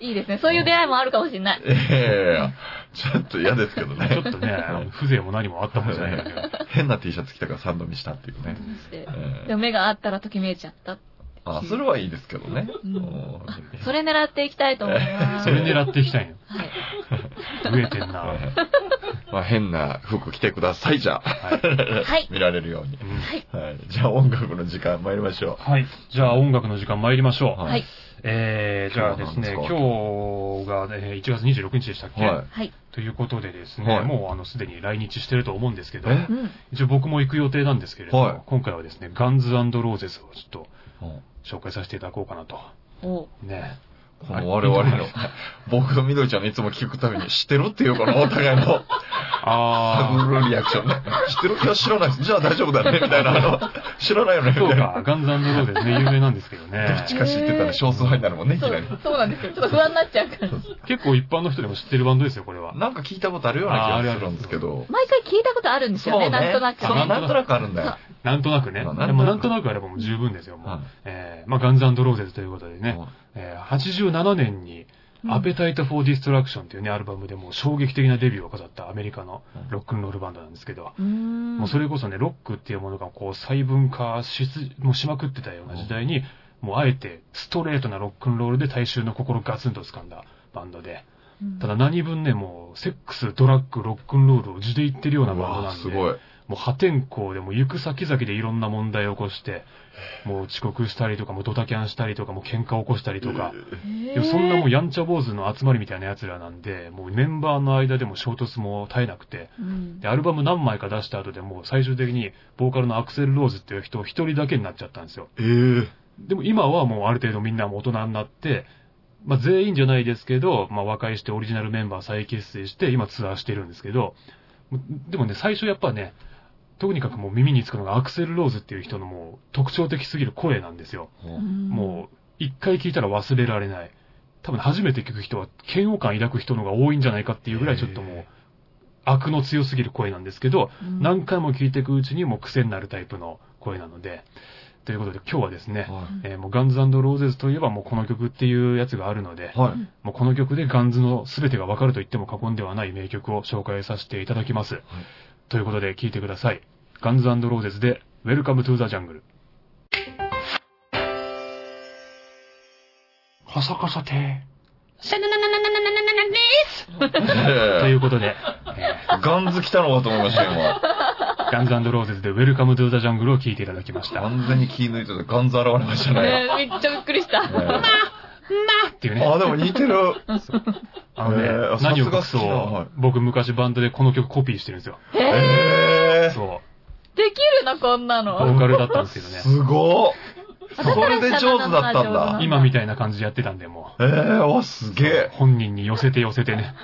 Speaker 3: いいですね。そういう出会いもあるかもしれない。
Speaker 2: いやいやいや、ちょっと嫌ですけど
Speaker 1: ちょっ
Speaker 2: ね。
Speaker 1: とね、あの風情も何もあったもんじゃない [LAUGHS] んだけど。
Speaker 2: 変な T シャツ着たから三度見したっていうね。
Speaker 3: し
Speaker 2: え
Speaker 3: てで
Speaker 2: え
Speaker 3: も目があったらときめいちゃった。
Speaker 2: あ、それはいいですけどね。
Speaker 3: うん
Speaker 2: うん
Speaker 3: それ狙っていきたいと思います。
Speaker 1: それ狙っていきたいの。
Speaker 3: はい。
Speaker 1: 増えてんな。は
Speaker 2: はいまあ変な服着てください、じゃあ。
Speaker 1: い。
Speaker 3: はい。
Speaker 2: 見られるように
Speaker 1: う。ん
Speaker 2: はい。じゃあ音楽の時間参りましょ
Speaker 1: はい。じゃあ音楽の時間参りましょう。
Speaker 2: う。
Speaker 3: はい。。
Speaker 1: えー、じゃあですね、今
Speaker 2: 今日
Speaker 1: 日が、ね、1月26日でしたっけ、
Speaker 2: は
Speaker 3: はい。
Speaker 1: ということでですね、
Speaker 2: はい
Speaker 1: もうあのすでに来日してると思うんですけど、
Speaker 2: え
Speaker 3: うん。
Speaker 1: 一応僕も行く予定なんですけれども、
Speaker 2: はい
Speaker 1: 今回はですね、ガンズローゼスをちょっ
Speaker 2: い。うん
Speaker 1: と紹介させていただこうかなと。
Speaker 3: おう
Speaker 1: ね。
Speaker 2: この我々の、僕と緑ちゃんのいつも聞くために知ってるっていうこのお互い
Speaker 1: [LAUGHS]
Speaker 2: の
Speaker 1: あ
Speaker 2: ハグルリアクシ
Speaker 1: [LAUGHS]
Speaker 2: ョンね。知ってるいや知らないです。じゃあ大丈夫だね、みたいな。あの、知らないよね、
Speaker 1: ー、
Speaker 2: み
Speaker 1: そ
Speaker 2: た
Speaker 1: う
Speaker 2: いな。
Speaker 1: か、ガンズローゼスね、有名なんですけど
Speaker 2: ど
Speaker 1: ね
Speaker 2: っ。ちか知ってたら少数派になるもんね、いき
Speaker 3: そ
Speaker 2: なり
Speaker 3: う。、そうなんですよ。ちょっと不安になっちゃうから。
Speaker 1: 結構一般の人でも知ってるバンドですよ、これは。
Speaker 2: なんか聞いたことあるような気がするんですけど。
Speaker 3: 毎回聞いたことあるんですよね、なんとなく
Speaker 2: そう、
Speaker 1: ね
Speaker 2: なんとなくあるんだよ。
Speaker 1: なんとなくね。で
Speaker 2: ま
Speaker 1: も
Speaker 2: あなんと
Speaker 1: なんとな
Speaker 2: なく
Speaker 1: くあればもう十分ですよ、もう。えー、まあガンズローゼスということでね、えー、87年に、
Speaker 3: うん
Speaker 1: アペタイト・フォー・ディストラクションというね、アルバムでもう衝撃的なデビューを飾ったアメリカの
Speaker 2: うん
Speaker 1: ロックンロールバンドなんですけど、
Speaker 3: うーん。
Speaker 1: もうそれこそね、ロックっていうものがこう細分化しつ、もうしまくってたような時代に、もうあえてストレートなロックンロールで大衆の心をガツンと掴んだバンドで、
Speaker 3: うん
Speaker 1: ただ何分ね、もうセックス、ドラッグ、ロックンロールを地で言ってるような
Speaker 2: う
Speaker 1: バンドな
Speaker 2: わ
Speaker 1: んで、
Speaker 2: すごい。
Speaker 1: もう破天荒でもう行く先々でいろんな問題を起こして、もう遅刻したりとか、もうドタキャンしたりとか、もう喧嘩を起こしたりとか、
Speaker 3: へ
Speaker 1: い
Speaker 3: ー
Speaker 1: やそんなもうやんちゃ坊主の集まりみたいな奴らなんで、もうメンバーの間でも衝突も絶えなくて、
Speaker 3: うん
Speaker 1: で、アルバム何枚か出した後でもう最終的にボーカルのアクセル・ローズっていう人一人だけになっちゃったんですよ。
Speaker 2: ええ。
Speaker 1: でも今はもうある程度みんなも大人になって、まあ全員じゃないですけど、まあ和解してオリジナルメンバー再結成して今ツアーしてるんですけど、もうでもね、最初やっぱね、とにかくもう耳につくのがアクセル・ローズっていう人のもう特徴的すぎる声なんですよ。
Speaker 3: うん
Speaker 1: もう、一回聞いたら忘れられない。多分初めて聞く人は嫌悪感抱く人の方が多いんじゃないかっていうぐらいちょっともう、悪の強すぎる声なんですけど、
Speaker 3: うん
Speaker 1: 何回も聞いていくうちにもう癖になるタイプの声なので、ということで今日はですね、
Speaker 2: は
Speaker 1: えーもうガンズローゼズといえばもうこの曲っていうやつがあるので
Speaker 2: い。、はい。
Speaker 1: もうこの曲でガンズの全てがわかると言っても過言ではない名曲を紹介させていただきます。ということで聴いてください。ガンズローゼズで Welcome to the Jungle。カサカサて
Speaker 3: シャナナナナナナナナナナです
Speaker 1: とい
Speaker 2: ええ
Speaker 1: うことで、
Speaker 2: ガンズ来たのかと思いましたよ、今。
Speaker 1: ガンズローゼズで Welcome to the Jungle を聴いていただきました。
Speaker 2: 完全に気抜いてて、ガンズ現れましたね。
Speaker 3: ねめっちゃびっくりした。
Speaker 2: ええ
Speaker 1: っていうね。
Speaker 2: あ、でも似てる。
Speaker 1: あのね、
Speaker 2: えー
Speaker 1: 何を隠
Speaker 2: さすが好きなは
Speaker 1: そ、
Speaker 2: いう
Speaker 1: 僕昔バンドでこの曲コピーしてるんですよ。
Speaker 3: え
Speaker 2: ええ
Speaker 1: そう。
Speaker 3: できるの、こんな
Speaker 1: ボ
Speaker 3: の
Speaker 1: ー。カルだったんですけどね。
Speaker 2: すごっそれで上手だったんだ。
Speaker 1: 今みたいな感じでやってたんで、も
Speaker 2: ええわ、すげ
Speaker 1: う
Speaker 2: え。。
Speaker 1: 本人に寄せて寄せてね。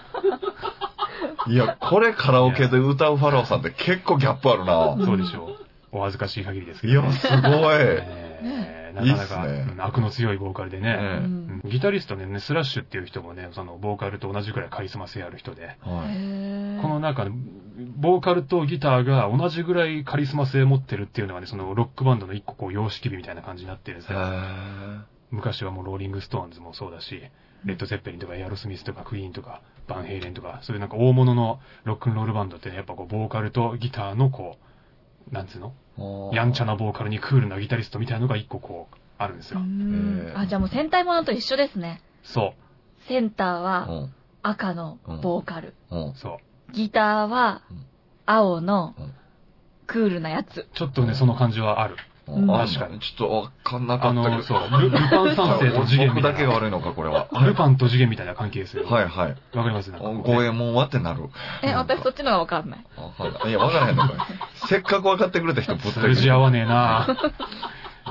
Speaker 2: いや、これカラオケで歌うファラオさんって結構ギャップあるな。
Speaker 1: そうでしょう。お恥ずかしい限りですけ
Speaker 2: い
Speaker 1: ど
Speaker 2: や、
Speaker 1: ね。
Speaker 2: す [LAUGHS] ごい。
Speaker 1: えー
Speaker 2: いい
Speaker 1: なかな
Speaker 2: っす
Speaker 1: か
Speaker 2: ね
Speaker 1: うん悪の強いボーカルで
Speaker 2: え
Speaker 1: ね。
Speaker 2: え
Speaker 3: うん
Speaker 1: ギタリストね、スラッシュっていう人もね、そのボーカルと同じくらいカリスマ性ある人で、
Speaker 2: はい
Speaker 3: へー
Speaker 1: この中で、ボーカルとギターが同じぐらいカリスマ性持ってるっていうのがね、そのロックバンドの一個こう様式美みたいな感じになってるんですよ。昔はもうローリングストーンズもそうだし、レッド・ゼッペリンとかエアロスミスとかクイーンとかバンヘイレンとか、そういうなんか大物のロックンロールバンドってね、やっぱこうボーカルとギターのこう、なんつうのやんちゃ
Speaker 2: な。
Speaker 1: なボーカルにクールなギタリストみたいなのが一個こう、あるんですよ。
Speaker 3: ん
Speaker 2: えー
Speaker 3: あ、じゃあもう戦隊ものと一緒ですね。
Speaker 1: そ
Speaker 3: センター
Speaker 2: う
Speaker 3: は
Speaker 2: ん。
Speaker 3: 赤のボーカル。
Speaker 2: うん
Speaker 1: う、。そう。
Speaker 3: ギターは
Speaker 2: うん
Speaker 3: 青の
Speaker 2: うん
Speaker 3: クールなやつ。
Speaker 1: ちょっとね、その感じはある。
Speaker 3: うん
Speaker 2: あ
Speaker 1: 確かに
Speaker 2: ちょっとわかんなか
Speaker 1: あ
Speaker 2: ったけど。
Speaker 1: の、そう、ルル
Speaker 2: [LAUGHS]
Speaker 1: パン三世と次元み
Speaker 2: 僕
Speaker 1: た
Speaker 2: だ
Speaker 1: い
Speaker 2: け
Speaker 1: な。
Speaker 2: が悪いのか、これは。
Speaker 1: ルパンと次元みたいな関係ですよ。わ
Speaker 2: はいはい。
Speaker 1: かりますなんかこうね
Speaker 2: 五右衛門はってなる。
Speaker 3: え、私そっちのがわかんない。
Speaker 2: わかんない。いや、わからへんのかい。せっかくわかってくれた人ぶった
Speaker 1: 数字合わねえな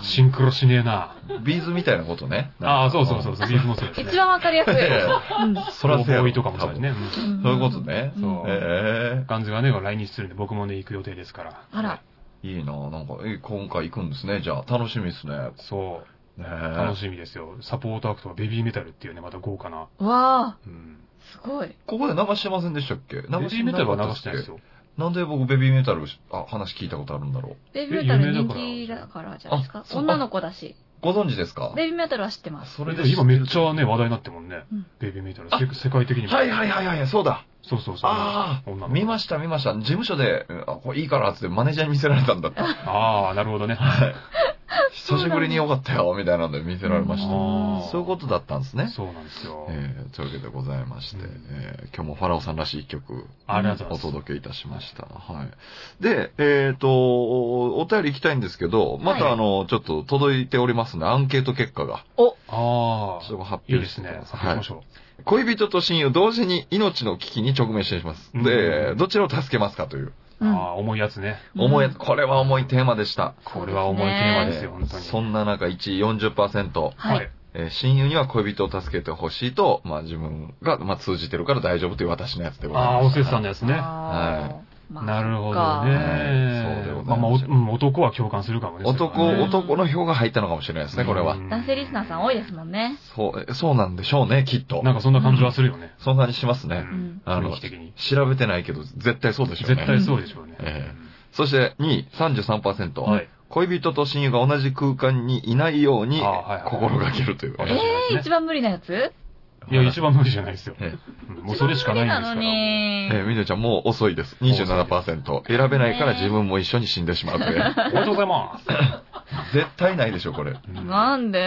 Speaker 1: シンクロしねえな
Speaker 2: ビーズみたいなことね。
Speaker 1: ああ、そうそうそうそう、ビーズもそうですね。
Speaker 3: 一番わかりやすい。
Speaker 2: いやいや
Speaker 3: うん
Speaker 2: そらせやろ
Speaker 1: ボーイとかもそうですね。うん
Speaker 3: ん
Speaker 2: そういうことね
Speaker 3: ん
Speaker 1: そう
Speaker 2: え
Speaker 1: ガンズがね、来日するんで僕もね、行く予定ですから。
Speaker 3: あら。
Speaker 2: えいいななんか、え今回行くんですね。じゃあ、楽しみですね。
Speaker 1: そう。
Speaker 2: ね
Speaker 1: 楽
Speaker 2: え。
Speaker 1: しみですよ。サポートアクトはベビーメタルっていうね、また豪華な。
Speaker 3: わあ、
Speaker 1: うん。
Speaker 3: すごい。
Speaker 2: ここで流してませんでしたっけ
Speaker 1: ベ
Speaker 2: 流
Speaker 1: ビーメタルは流してないです
Speaker 2: よ。
Speaker 1: よ。
Speaker 2: なんで僕ベビーメタルし、あ、話聞いたことあるんだろう。
Speaker 3: ベビーメタル人気だからじゃないですか
Speaker 2: あ。そう
Speaker 3: 女の子だし。
Speaker 2: ご存知ですか
Speaker 3: ベビーメタルは知ってます。
Speaker 2: そ
Speaker 1: それ
Speaker 2: れ
Speaker 1: で
Speaker 2: で
Speaker 1: 今めっち
Speaker 2: ゃ。
Speaker 1: ゃね、話題になってもんね
Speaker 3: うん。
Speaker 1: ベビーメタル。
Speaker 2: あ
Speaker 1: せ世界的にも。
Speaker 2: はいはいはいはい、そうだ。
Speaker 1: そうそうそう。
Speaker 2: あ
Speaker 1: 女の
Speaker 2: あ、
Speaker 1: 子
Speaker 2: 見ました見ました。事務所で、うんあ、これいいからっつってマネージャーに見せられたんだった。
Speaker 1: ああ、なるほどね。
Speaker 2: 久しぶりによかったよ、みたいなんで見せられました。
Speaker 1: あー
Speaker 2: そういうことだったんですね。
Speaker 1: そうなんですよ。
Speaker 2: えーというわけでございまして、
Speaker 1: うん
Speaker 2: えー今日もファラオさんらしい一曲
Speaker 1: ありがとうご
Speaker 2: お
Speaker 1: ざいます。
Speaker 2: 届けいたしました。はい。で、えっ、と、おお便り行きたいんですけど、ま
Speaker 3: は
Speaker 2: た
Speaker 3: い
Speaker 2: あの、ちょっと届いておりますので、アンケート結果が、
Speaker 1: あ
Speaker 2: ちょっと
Speaker 1: あ、
Speaker 2: 発
Speaker 1: いい
Speaker 2: 表
Speaker 1: で
Speaker 2: し
Speaker 1: す
Speaker 2: てく
Speaker 1: ね
Speaker 2: だ。さい
Speaker 1: 行きまし
Speaker 2: はい。
Speaker 1: ょ
Speaker 2: 恋人と親友同時に命の危機に直面しています。
Speaker 1: うん
Speaker 2: で、どちらを助けますかという、
Speaker 1: う。
Speaker 3: う
Speaker 1: あ
Speaker 3: ん
Speaker 1: あ、重いやつね。
Speaker 2: 重い、
Speaker 3: うん
Speaker 2: これは重いテーマでした。
Speaker 1: これは重いテーマですよ、
Speaker 2: えー
Speaker 1: 本当に。
Speaker 2: そんな中、1位40%。
Speaker 3: はい。。
Speaker 2: えー親友には恋人を助けてほしいと、まあ自分が、まあ通じてるから大丈夫という私のやつでございます。
Speaker 1: ああ、おせさんのやつね。
Speaker 3: あーまあ
Speaker 1: なるほ
Speaker 3: そっ
Speaker 1: ど
Speaker 3: か
Speaker 1: ね。
Speaker 2: はいそうでございます
Speaker 1: まあまあおうん、男は共感するかもね。そ
Speaker 2: 男、
Speaker 1: れはね
Speaker 2: 男の票が入ったのかもしれないですね、これは。
Speaker 1: うん
Speaker 3: 男性リスナーさん多いですもんね。
Speaker 2: そう、えそうなんでしょうね、きっと。
Speaker 1: なんかそんな感じはするよね。
Speaker 2: そんな感じします
Speaker 1: う
Speaker 2: ね。
Speaker 1: ん
Speaker 2: あの
Speaker 1: 雰囲気的に。
Speaker 2: 調べてないけど、絶対そうでしょうね。
Speaker 1: 絶対そうでしょうね。
Speaker 2: えそして、2位、33%。
Speaker 1: うんはい。
Speaker 2: 恋人と親友が同じ空間にいないように
Speaker 1: あはいはい
Speaker 2: 心がけるという。
Speaker 1: え
Speaker 3: え
Speaker 1: ー
Speaker 3: えー、一番無理なやつ
Speaker 1: いや、一番無理じゃないですよ。
Speaker 2: えー
Speaker 1: うんもうそれしかないんですから。
Speaker 2: え
Speaker 3: で
Speaker 2: ー、みどりちゃんもう遅いです。27%。選べないから自分も一緒に死んでしまう
Speaker 1: [LAUGHS]
Speaker 2: という。
Speaker 1: おめでとうございます。
Speaker 2: 絶対ないでしょ、これ。
Speaker 1: うん
Speaker 3: [LAUGHS] なんで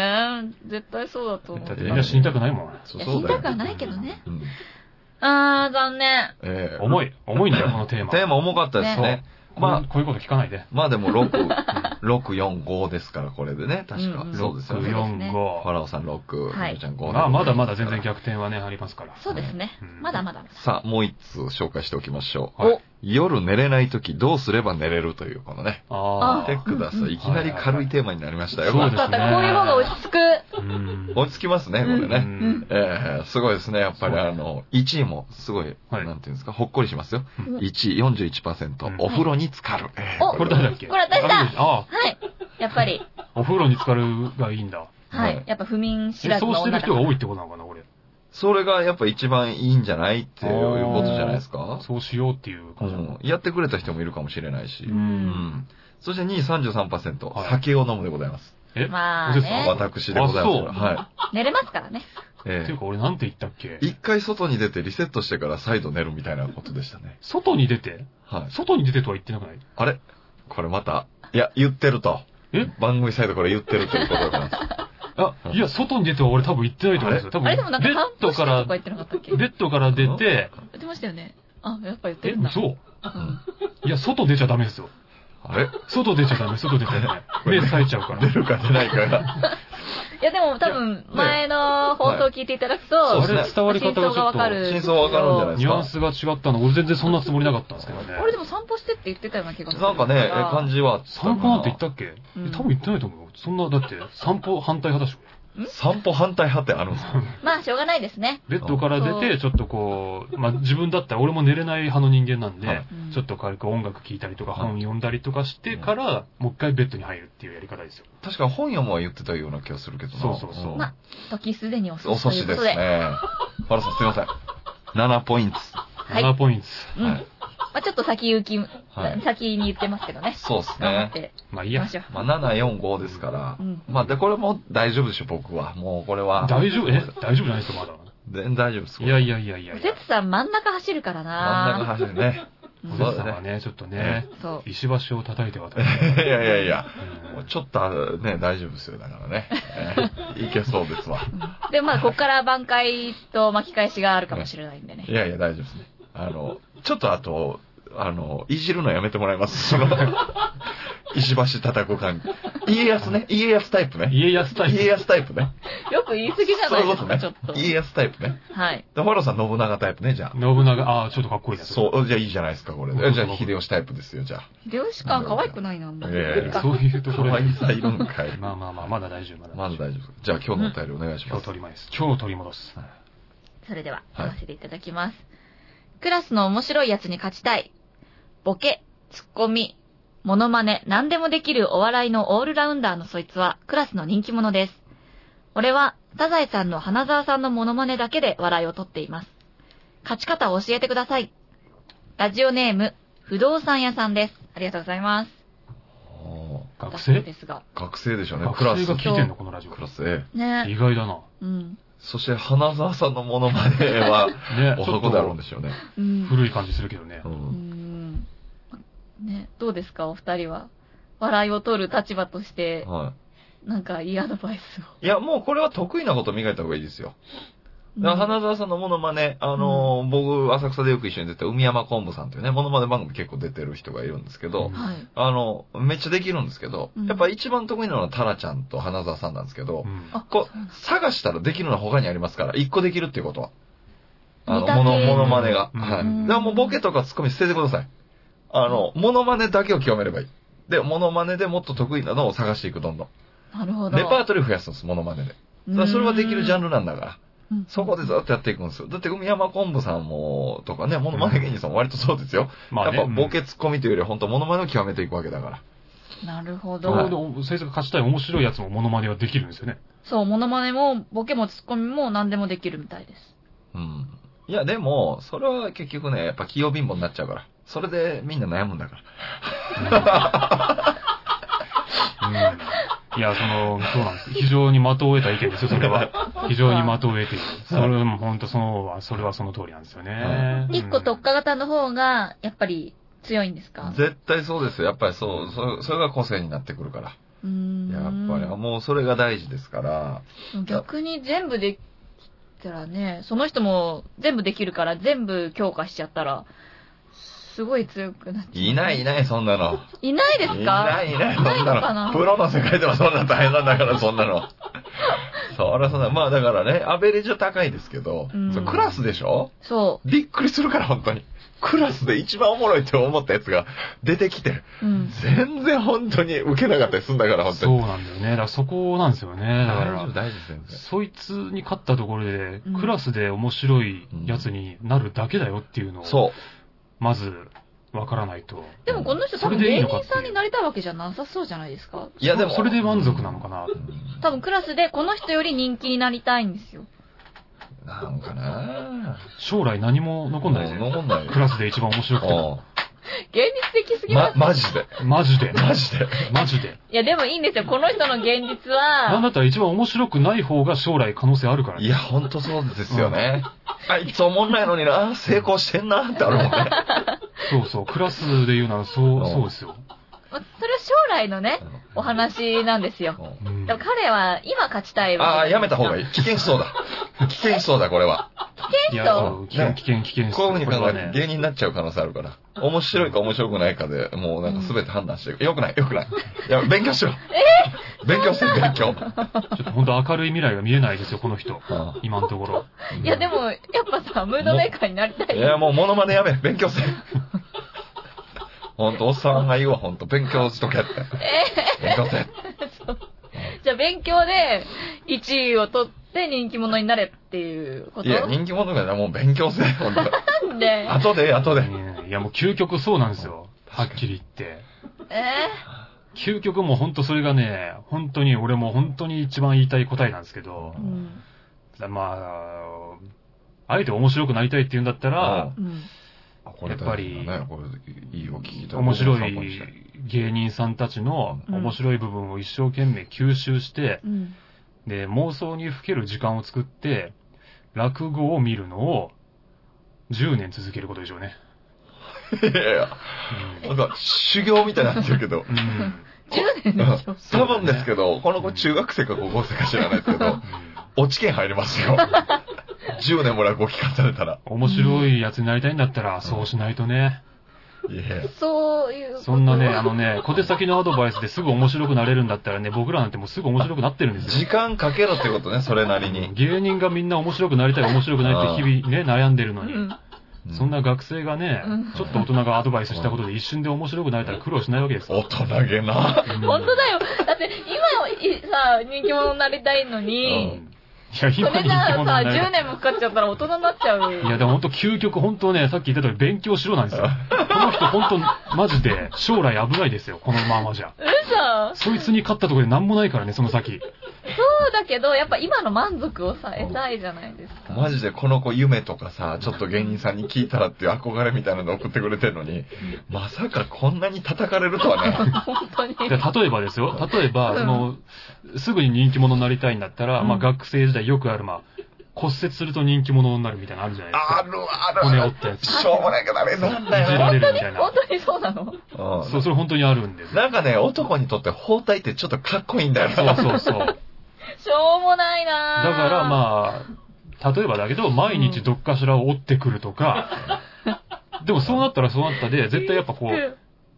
Speaker 3: 絶対そうだと思
Speaker 1: だっ
Speaker 3: う
Speaker 1: て。みんな死にたくないもん。
Speaker 2: そ
Speaker 3: いや、死にたくはないけどね。
Speaker 2: うん
Speaker 3: あー、残念。
Speaker 2: えー
Speaker 1: 重い。重いんだ
Speaker 2: [LAUGHS]
Speaker 1: よ、このテーマ。
Speaker 2: テーマ重かったですね
Speaker 1: ね。
Speaker 2: ま
Speaker 1: ま
Speaker 2: あ
Speaker 1: あ、こういうこと聞かないで。
Speaker 2: まあでも6、六四5ですから、これでね、確か
Speaker 3: うんう。ん
Speaker 2: そうですよ
Speaker 3: う
Speaker 2: ね。
Speaker 3: ん
Speaker 1: 4、
Speaker 2: フ
Speaker 1: 5。
Speaker 2: ァラオさん6、
Speaker 3: はい
Speaker 2: みどりちゃん5。
Speaker 1: まあ、まだまだ全然逆転はね、ありますから。
Speaker 3: そうですね
Speaker 1: う。ん
Speaker 3: まだまだ。
Speaker 2: さあ、もう一つ紹介しておきましょう。
Speaker 1: はい
Speaker 3: お
Speaker 2: 夜寝れない時どうすれば寝れるという、このね。
Speaker 1: あ
Speaker 2: 見
Speaker 1: あ。
Speaker 2: てください。いきなり軽いテーマになりましたよ。
Speaker 1: そうです
Speaker 3: だったらこういう方が落ち着く。
Speaker 1: うん
Speaker 2: 落ち着きますね、これ
Speaker 1: う
Speaker 2: ね。
Speaker 1: ん
Speaker 2: ええすごいですね。やっぱり
Speaker 1: そうね
Speaker 2: あの、1位もすごい、
Speaker 1: はい
Speaker 2: なんていうんですか、ほっこりしますよ。
Speaker 3: うん
Speaker 2: 1位41%、
Speaker 1: うん
Speaker 2: お風呂に浸かる。ええ
Speaker 3: お
Speaker 1: これ誰だっけ
Speaker 3: これ私だ
Speaker 1: あ
Speaker 3: はい。やっぱり。
Speaker 1: あ、お風呂に浸かるがいいんだ。
Speaker 3: は
Speaker 2: はい
Speaker 3: い。やっぱ不眠知
Speaker 1: え
Speaker 3: らず
Speaker 1: そう
Speaker 3: の
Speaker 1: してる
Speaker 3: 女だ
Speaker 1: 人が多いってことなのかな、俺。
Speaker 2: それがやっぱ一番いいんじゃないっていうことじゃないですか。
Speaker 1: そうしようっていう
Speaker 2: う
Speaker 1: 感じなの
Speaker 2: ん、やってくれた人もいるかもしれないし。
Speaker 1: う
Speaker 3: う。
Speaker 2: うんんそして2位33%、
Speaker 1: はい
Speaker 2: 酒を飲むでございます。
Speaker 1: え
Speaker 3: まあ
Speaker 1: おじさん
Speaker 3: えね
Speaker 2: 私でございます
Speaker 1: あそう
Speaker 2: は
Speaker 3: 寝れますからね。
Speaker 2: い。え
Speaker 1: っていうか俺なんて言ったっけ
Speaker 2: え一回外に出てリセットしてから再度寝るみたいなことでしたね。
Speaker 1: 外に出て
Speaker 2: はい。
Speaker 1: 外に出てとは言ってなくない
Speaker 2: あれこれまた、いや、言ってると。
Speaker 1: え
Speaker 2: 番組サイドこれ言ってるということでございます。
Speaker 1: あ、いや、外に出ては俺多分言ってないと思うんですよ。多分、
Speaker 3: あれでもなんか
Speaker 1: ベッ
Speaker 3: 散歩
Speaker 1: ド
Speaker 3: して
Speaker 1: か、
Speaker 3: とから言
Speaker 1: ベ
Speaker 3: ってなかったっけ
Speaker 1: ッドから出て、
Speaker 3: 出ましたよね。あ、やっぱ言って
Speaker 1: え
Speaker 3: るん、だ。
Speaker 1: 嘘
Speaker 3: うん
Speaker 1: いや、外出ちゃダメですよ。
Speaker 2: あれ
Speaker 1: 外出ちゃダメ、外出ちゃダ
Speaker 2: こ
Speaker 1: [LAUGHS] メ。
Speaker 2: れ
Speaker 1: 目咲いちゃうから。
Speaker 2: 出るか出ないかが。
Speaker 3: いや、でも多分、前の放送を聞いていただくと、
Speaker 2: はい
Speaker 1: あ
Speaker 2: そうですね
Speaker 1: れ伝わり方
Speaker 3: 真
Speaker 1: が
Speaker 3: 相
Speaker 1: ち
Speaker 3: が
Speaker 1: ょ
Speaker 3: わ
Speaker 1: っと
Speaker 3: か、る。
Speaker 2: 真相がわかるんじゃない
Speaker 1: ニュアンスが違ったの、俺全然そんなつもりなかったんですけどね。
Speaker 3: あれでも散歩してって言ってたような気がする。
Speaker 2: なんかね、え感
Speaker 3: じ。
Speaker 2: じは。
Speaker 1: 散歩なんて言ったっけ
Speaker 3: うん
Speaker 1: 多分言ってないと思うよ。そんな、だって、散歩反対派だし。
Speaker 2: 散歩反対派ってあるんですか
Speaker 3: まあ、しょうがないですね。
Speaker 1: ベッドから出て、ちょっとこう、まあ、自分だったら俺も寝れない派の人間なん
Speaker 2: は
Speaker 1: で
Speaker 2: い、
Speaker 3: うん
Speaker 1: ちょっと軽く音楽聴いたりとか
Speaker 2: はい
Speaker 1: 本読んだりとかしてから、もう一回ベッドに入るっていうやり方ですよ。
Speaker 2: 確か本読むは言ってたような気がするけどな。
Speaker 1: そうそうそうん
Speaker 3: まあ時すでに遅
Speaker 2: お
Speaker 3: しと
Speaker 2: 寿
Speaker 3: い
Speaker 2: 司
Speaker 3: う
Speaker 2: で
Speaker 3: こ
Speaker 2: す [LAUGHS]
Speaker 3: とで。
Speaker 2: ね。ファラさんすいません。7ポイント。
Speaker 3: はい
Speaker 1: 7ポイント。
Speaker 3: うん
Speaker 2: はい
Speaker 3: まあちょっと先行き、
Speaker 2: はい
Speaker 3: 先に言ってますけどね。
Speaker 2: そうです
Speaker 3: 頑張っ
Speaker 2: ね。
Speaker 3: て
Speaker 1: まあい
Speaker 3: い
Speaker 1: い
Speaker 3: き
Speaker 1: や
Speaker 3: ま。しょう。
Speaker 2: まあ、745ですから
Speaker 3: う。ん。
Speaker 2: まあ、で、これも大丈夫でしょ、僕は。もう、これは。
Speaker 1: 大丈夫え大丈夫じゃないですか、まだ。
Speaker 2: 全然大丈夫です。
Speaker 1: いやいやいやいや
Speaker 3: お
Speaker 1: い
Speaker 3: せ
Speaker 1: や。
Speaker 3: つさん真ん中走るから
Speaker 2: 真ん中
Speaker 3: な
Speaker 2: 走るね。
Speaker 3: う
Speaker 1: お
Speaker 3: ん
Speaker 1: せつさんはね、ちょっとね、
Speaker 3: そう。
Speaker 1: 石橋を叩いて渡る。
Speaker 2: いやいやいや。
Speaker 1: うん
Speaker 2: もうちょっとね、大丈夫ですよ、だからね。
Speaker 1: [LAUGHS]
Speaker 2: えーいけそうですわ。
Speaker 3: で、まあここから挽回と巻き返しがあるかもしれないんでね
Speaker 2: い。やいや、大丈夫ですね。あの、ちょっとあと、あの、いじるのやめてもらいます。
Speaker 1: [LAUGHS]
Speaker 2: その、石橋叩く感じ。家康ね。家康タイプね。
Speaker 1: 家康タイ
Speaker 2: 家
Speaker 1: プ。
Speaker 2: 康タイプね。
Speaker 3: よく言い過ぎじゃ
Speaker 2: そう
Speaker 3: ないいう
Speaker 2: こ
Speaker 3: です
Speaker 2: と
Speaker 3: か、ちょっと
Speaker 2: ね。。家康タイプね。
Speaker 3: はい。
Speaker 2: で、ホロさん、信長タイプね、じゃあ。
Speaker 1: 信長、ああ、ちょっとかっこいいな。
Speaker 2: そう、じゃあいいじゃないですか、これ。えじゃあ、秀吉タイプですよ、じゃあ。
Speaker 3: 漁師感可愛くないな、あんまり
Speaker 2: いやいやいや
Speaker 1: そういうところ
Speaker 2: 可
Speaker 1: で
Speaker 2: 愛さいるんかい。
Speaker 1: まあまあまあ、まだ大丈夫、まだ
Speaker 2: ま
Speaker 1: 大
Speaker 2: ず
Speaker 1: 丈夫。
Speaker 2: 大丈夫。じゃあ、今日のお便りお願いし
Speaker 1: 今
Speaker 2: ま
Speaker 1: 日
Speaker 2: す。
Speaker 1: 取ります。今日取り戻す。
Speaker 3: それでは、
Speaker 2: はい
Speaker 3: 読ませていただきます。クラスの面白いやつに勝ちたい。ボケ、ツッコミ、モノマネ、何でもできるお笑いのオールラウンダーのそいつは、クラスの人気者です。俺は、サザエさんの花沢さんのモノマネだけで笑いを取っています。勝ち方を教えてください。ラジオネーム、不動産屋さんです。ありがとうございます。
Speaker 2: おー
Speaker 1: 学
Speaker 3: だそう
Speaker 1: 生
Speaker 3: ですが。
Speaker 2: 学生でしょうね、
Speaker 1: 学
Speaker 2: クラス
Speaker 1: 生。が聞いてんの、このラジオ
Speaker 2: ク。ラス A。
Speaker 3: ね
Speaker 1: 意外だな。
Speaker 3: うん。
Speaker 2: そして、花澤さんのモノマネは、
Speaker 1: ね、
Speaker 2: [LAUGHS] お
Speaker 1: [LAUGHS] ちょっ
Speaker 2: 箱だろう
Speaker 1: と
Speaker 2: でしょうね。
Speaker 3: うん。
Speaker 1: 古い感じするけどね
Speaker 2: う。。
Speaker 3: うんん。ね、どうですか、お二人は。笑いを取る立場として、
Speaker 2: は
Speaker 3: なんかいいアドバイス
Speaker 2: い。いや、もうこれは得意なこと磨いた方がいいですよ。
Speaker 3: を。
Speaker 2: だから花澤さんのモノマネ、あのー僕、浅草でよく一緒に出てた海山昆布さんというね、モノマネ番組結構出てる人がいるんですけど、
Speaker 1: うん
Speaker 3: はい。
Speaker 2: あの、めっちゃできるんですけど、
Speaker 3: うん
Speaker 2: やっぱ一番得意なのはタラちゃんと花澤さんなんですけど、
Speaker 1: うん
Speaker 3: あ
Speaker 2: こう、探したらできるのは他にありますから、一個できるっていうことは。あ
Speaker 3: 見
Speaker 2: の、
Speaker 3: た
Speaker 2: もの、
Speaker 3: 系の
Speaker 2: モノマネが。
Speaker 1: うん
Speaker 2: はい。
Speaker 3: うん
Speaker 2: だからもうボケとかツッコミ捨ててください。あの、モノマネだけを極めればいい。で、モノマネでもっと得意なのを探していく、どんどん。
Speaker 3: なるほど。
Speaker 2: レパートリー増やすんです、モノマネで。だか
Speaker 3: う
Speaker 2: ら
Speaker 3: ん
Speaker 2: それはできるジャンルなんだから。
Speaker 3: うん
Speaker 2: そこでずっとやっていくんですよ。だって、海山昆布さんも、とかね、モノマネ芸人さんも割とそうですよ。
Speaker 1: まあね
Speaker 2: やっぱ、ボケツッコミというよりは、本当モノマネを極めていくわけだから。
Speaker 3: なるほ
Speaker 1: そ
Speaker 3: ど。
Speaker 1: うで、先生が勝ちたい面白いやつもモノマネはできるんですよね。
Speaker 3: そう、モノマネも、ボケもツッコミも何でもできるみたいです。
Speaker 2: うん。いや、でも、それは結局ね、やっぱ器用貧乏になっちゃうから。それでみんな悩むんだから。
Speaker 1: うんいや、その、そうなんです。非常に的を得た意見ですよ、そ
Speaker 2: [LAUGHS]
Speaker 1: れは。非常に的を得ている。それも本当その、それはその通りなんですよね。
Speaker 3: 一個特化型の方が、やっぱり強いんですか
Speaker 2: 絶対そうですよ。やっぱりそう、そそれが個性になってくるから。
Speaker 3: うーん。
Speaker 2: やっぱり、もうそれが大事ですから。
Speaker 3: 逆に全部できたらね、その人も全部できるから全部強化しちゃったら、すごい強くなっちゃう。
Speaker 2: いないいない、そんなの。
Speaker 3: いないですか
Speaker 2: いないいない、そん
Speaker 3: いないのか
Speaker 2: な
Speaker 3: な
Speaker 2: の。プロの世界ではそんな大変なんだから、そんな
Speaker 3: [LAUGHS]
Speaker 2: の。そりゃそんな、まあだからね、アベレージは高いですけど、
Speaker 3: うん
Speaker 2: そうクラスでしょ
Speaker 3: そ
Speaker 2: びっくりするから、本当に。クラスで一番おもろいって思ったやつが出てきて、
Speaker 3: う。うん。
Speaker 2: 全然本当に受けなかったりすんだから、本当
Speaker 1: そう
Speaker 2: に。
Speaker 1: なんだよね。だからそこなんですよね。だから、
Speaker 2: 大事ですよ。
Speaker 1: そいつに勝ったところで
Speaker 3: うん、
Speaker 1: クラスで面白いやつになるだけだよっていうのを、
Speaker 2: そう。
Speaker 1: まず、わからないと。
Speaker 3: でもこの人多
Speaker 1: それ
Speaker 3: 分
Speaker 1: でいい
Speaker 3: 芸
Speaker 1: のかっ
Speaker 3: 人
Speaker 1: ていう
Speaker 3: さんになりたいわけじゃなさそうじゃないですか
Speaker 2: いやでも、
Speaker 1: それで満足なのかな。
Speaker 3: 多分クラスでこの人より人気になりたいんですよ。
Speaker 2: なんかな
Speaker 1: 将来何も残んない
Speaker 2: もう
Speaker 1: ね。
Speaker 2: 残んないよ
Speaker 1: クラスで一番面白くても。
Speaker 3: 現実的す
Speaker 2: うん
Speaker 3: ぎま。
Speaker 2: ますマジで。
Speaker 1: マジで。
Speaker 2: マジで。
Speaker 1: マジで。
Speaker 3: いやでもいいんですよ。この人の現
Speaker 1: [LAUGHS]
Speaker 3: 実
Speaker 1: なんだ
Speaker 3: は、
Speaker 1: ったら一番面白くない方が将来可能性あるから
Speaker 2: い
Speaker 1: ね。
Speaker 2: や、ほんとそうですよね。あいつおもんないのにな、成功してんなってあるもんね。
Speaker 1: そうそう。クラスで言うならそう、
Speaker 2: うん
Speaker 1: そうですよ。
Speaker 3: まそれは将来のね、お話なんですよ。
Speaker 2: うん
Speaker 1: うん
Speaker 3: でも彼は今勝ちたい
Speaker 2: あ
Speaker 3: わ
Speaker 2: あ、
Speaker 3: けじゃ
Speaker 2: や
Speaker 3: な
Speaker 2: め
Speaker 3: い
Speaker 2: た
Speaker 3: ですか
Speaker 2: 方がいい。危険しそうだ。危険しそうだ、これは。
Speaker 1: いや、
Speaker 3: そう
Speaker 1: そう危険、危険、危険。
Speaker 2: こういう風に考
Speaker 1: これ
Speaker 2: える
Speaker 1: は
Speaker 2: と
Speaker 1: ね
Speaker 2: 芸人になっちゃう可能性あるから。面白いか面白くないかで、もうなんか全て判断していく。よくない、よくない。いや、勉強しろ。勉強して、勉強。
Speaker 1: ちょっと本当明るい未来が見えないですよ、この人。
Speaker 2: うん
Speaker 1: 今のところ。
Speaker 3: いやでも、やっぱさ、ムードメーカーになりたい。
Speaker 2: いや、もうモノマネやめ、勉強せ。ほんと、おっさんが言うわ、ほんと、勉強しとけって。勉強せ。
Speaker 3: じゃあ勉強で1位を取って人気者になれっていうこと
Speaker 2: いや、人気者がな、もう勉強せ、ほん
Speaker 3: [LAUGHS]
Speaker 2: と。
Speaker 3: なんで、
Speaker 2: 後で、後で。
Speaker 1: ねいや、もう究極そうなんですよ。はっきり言って。
Speaker 3: え
Speaker 1: 究極もう本当それがね、本当に俺も本当に一番言いたい答えなんですけど
Speaker 3: ー、うん
Speaker 1: まあ、あえて面白くなりたいって言うんだったら、
Speaker 3: うん
Speaker 2: あこれ大事だね、これいいお聞き
Speaker 1: 面白
Speaker 2: 僕も参考にしたい
Speaker 1: い芸人さんたちの
Speaker 3: うん
Speaker 1: 面白い部分を一生懸命吸収して、
Speaker 3: うん。
Speaker 1: で、妄想にふける時間を作って、落語を見るのを10年続けることでしょうね。
Speaker 2: いやいや、なんか修行みたいになってるけど
Speaker 1: う。ん。うん
Speaker 3: 10年でしょ。
Speaker 2: [LAUGHS] 多分ですけど、この子中学生か高校生か知らないですけど、落ち券入りますよ。10年も落語聞かされたら。
Speaker 1: 面白いやつになりたいんだったら、そうしないとね。
Speaker 2: いやいや
Speaker 3: [LAUGHS] そういうこと。
Speaker 1: そんなね、あのね、小手先のアドバイスですぐ面白くなれるんだったらね、僕らなんてもうすぐ面白くなってるんです
Speaker 2: 時
Speaker 1: よ。
Speaker 2: 間かけろってことね、それなりに。
Speaker 1: 芸人がみんな面白くなりたい、面白くなりたいって日々ね、悩んでる
Speaker 3: う
Speaker 1: のに。
Speaker 3: ん。
Speaker 1: そんな学生がね、
Speaker 3: うん
Speaker 1: ちょっと大人がアドバイスしたことで一瞬で面白くなれたら苦労しないわけですよ。
Speaker 2: 大人げな。
Speaker 1: うん
Speaker 3: 本当だよ。だって、今いさ、人気者になりたいの
Speaker 1: うんい
Speaker 3: に、
Speaker 1: や、
Speaker 3: そ
Speaker 1: 今
Speaker 3: れ
Speaker 1: に
Speaker 3: じゃあさ、
Speaker 1: な
Speaker 3: 10年もかかっちゃったら大人になっちゃうよ。
Speaker 1: いや、でも本当究極、本当ね、さっき言った通り勉強しろなんですよ。この人本当、マジで将来危ないですよ、このままじゃ。
Speaker 3: 嘘
Speaker 1: そいつに勝ったところで何もないからね、その先。
Speaker 3: そうだけど、やっぱ今の満足をさ、得たいじゃないですか。
Speaker 2: マジでこの子夢とかさ、ちょっと芸人さんに聞いたらっていう憧れみたいなの送ってくれてるのに、まさかこんなに叩かれるとはね。
Speaker 3: 本当に。
Speaker 1: で例えばですよ、例えば、
Speaker 3: うん
Speaker 1: その、すぐに人気者になりたいんだったら、
Speaker 3: うん
Speaker 1: まあ学生時代よくある、まあ、骨折すると人気者になるみたいなのあるじゃないです
Speaker 2: あ
Speaker 1: か。
Speaker 2: るある。
Speaker 1: 骨折ったやつ。
Speaker 2: しょうもないけどあれなんだ
Speaker 1: いじ
Speaker 2: よ
Speaker 1: ら
Speaker 2: な。
Speaker 1: れ
Speaker 3: 本
Speaker 1: る
Speaker 3: 当
Speaker 1: み
Speaker 3: に
Speaker 1: たいな
Speaker 3: 本。当にそうなの
Speaker 2: うん
Speaker 1: そう、それ本当にあるんですよ。
Speaker 2: なんかね、男にとって包帯ってちょっとかっこいいんだよ
Speaker 1: そう
Speaker 2: な。
Speaker 1: そうそう。
Speaker 3: しょうもないな
Speaker 1: だから
Speaker 3: あ。
Speaker 1: まあ、例えばだけど、毎日どっかしらを折ってくるとか、でもそうなったらそうなったで、絶対やっぱこう、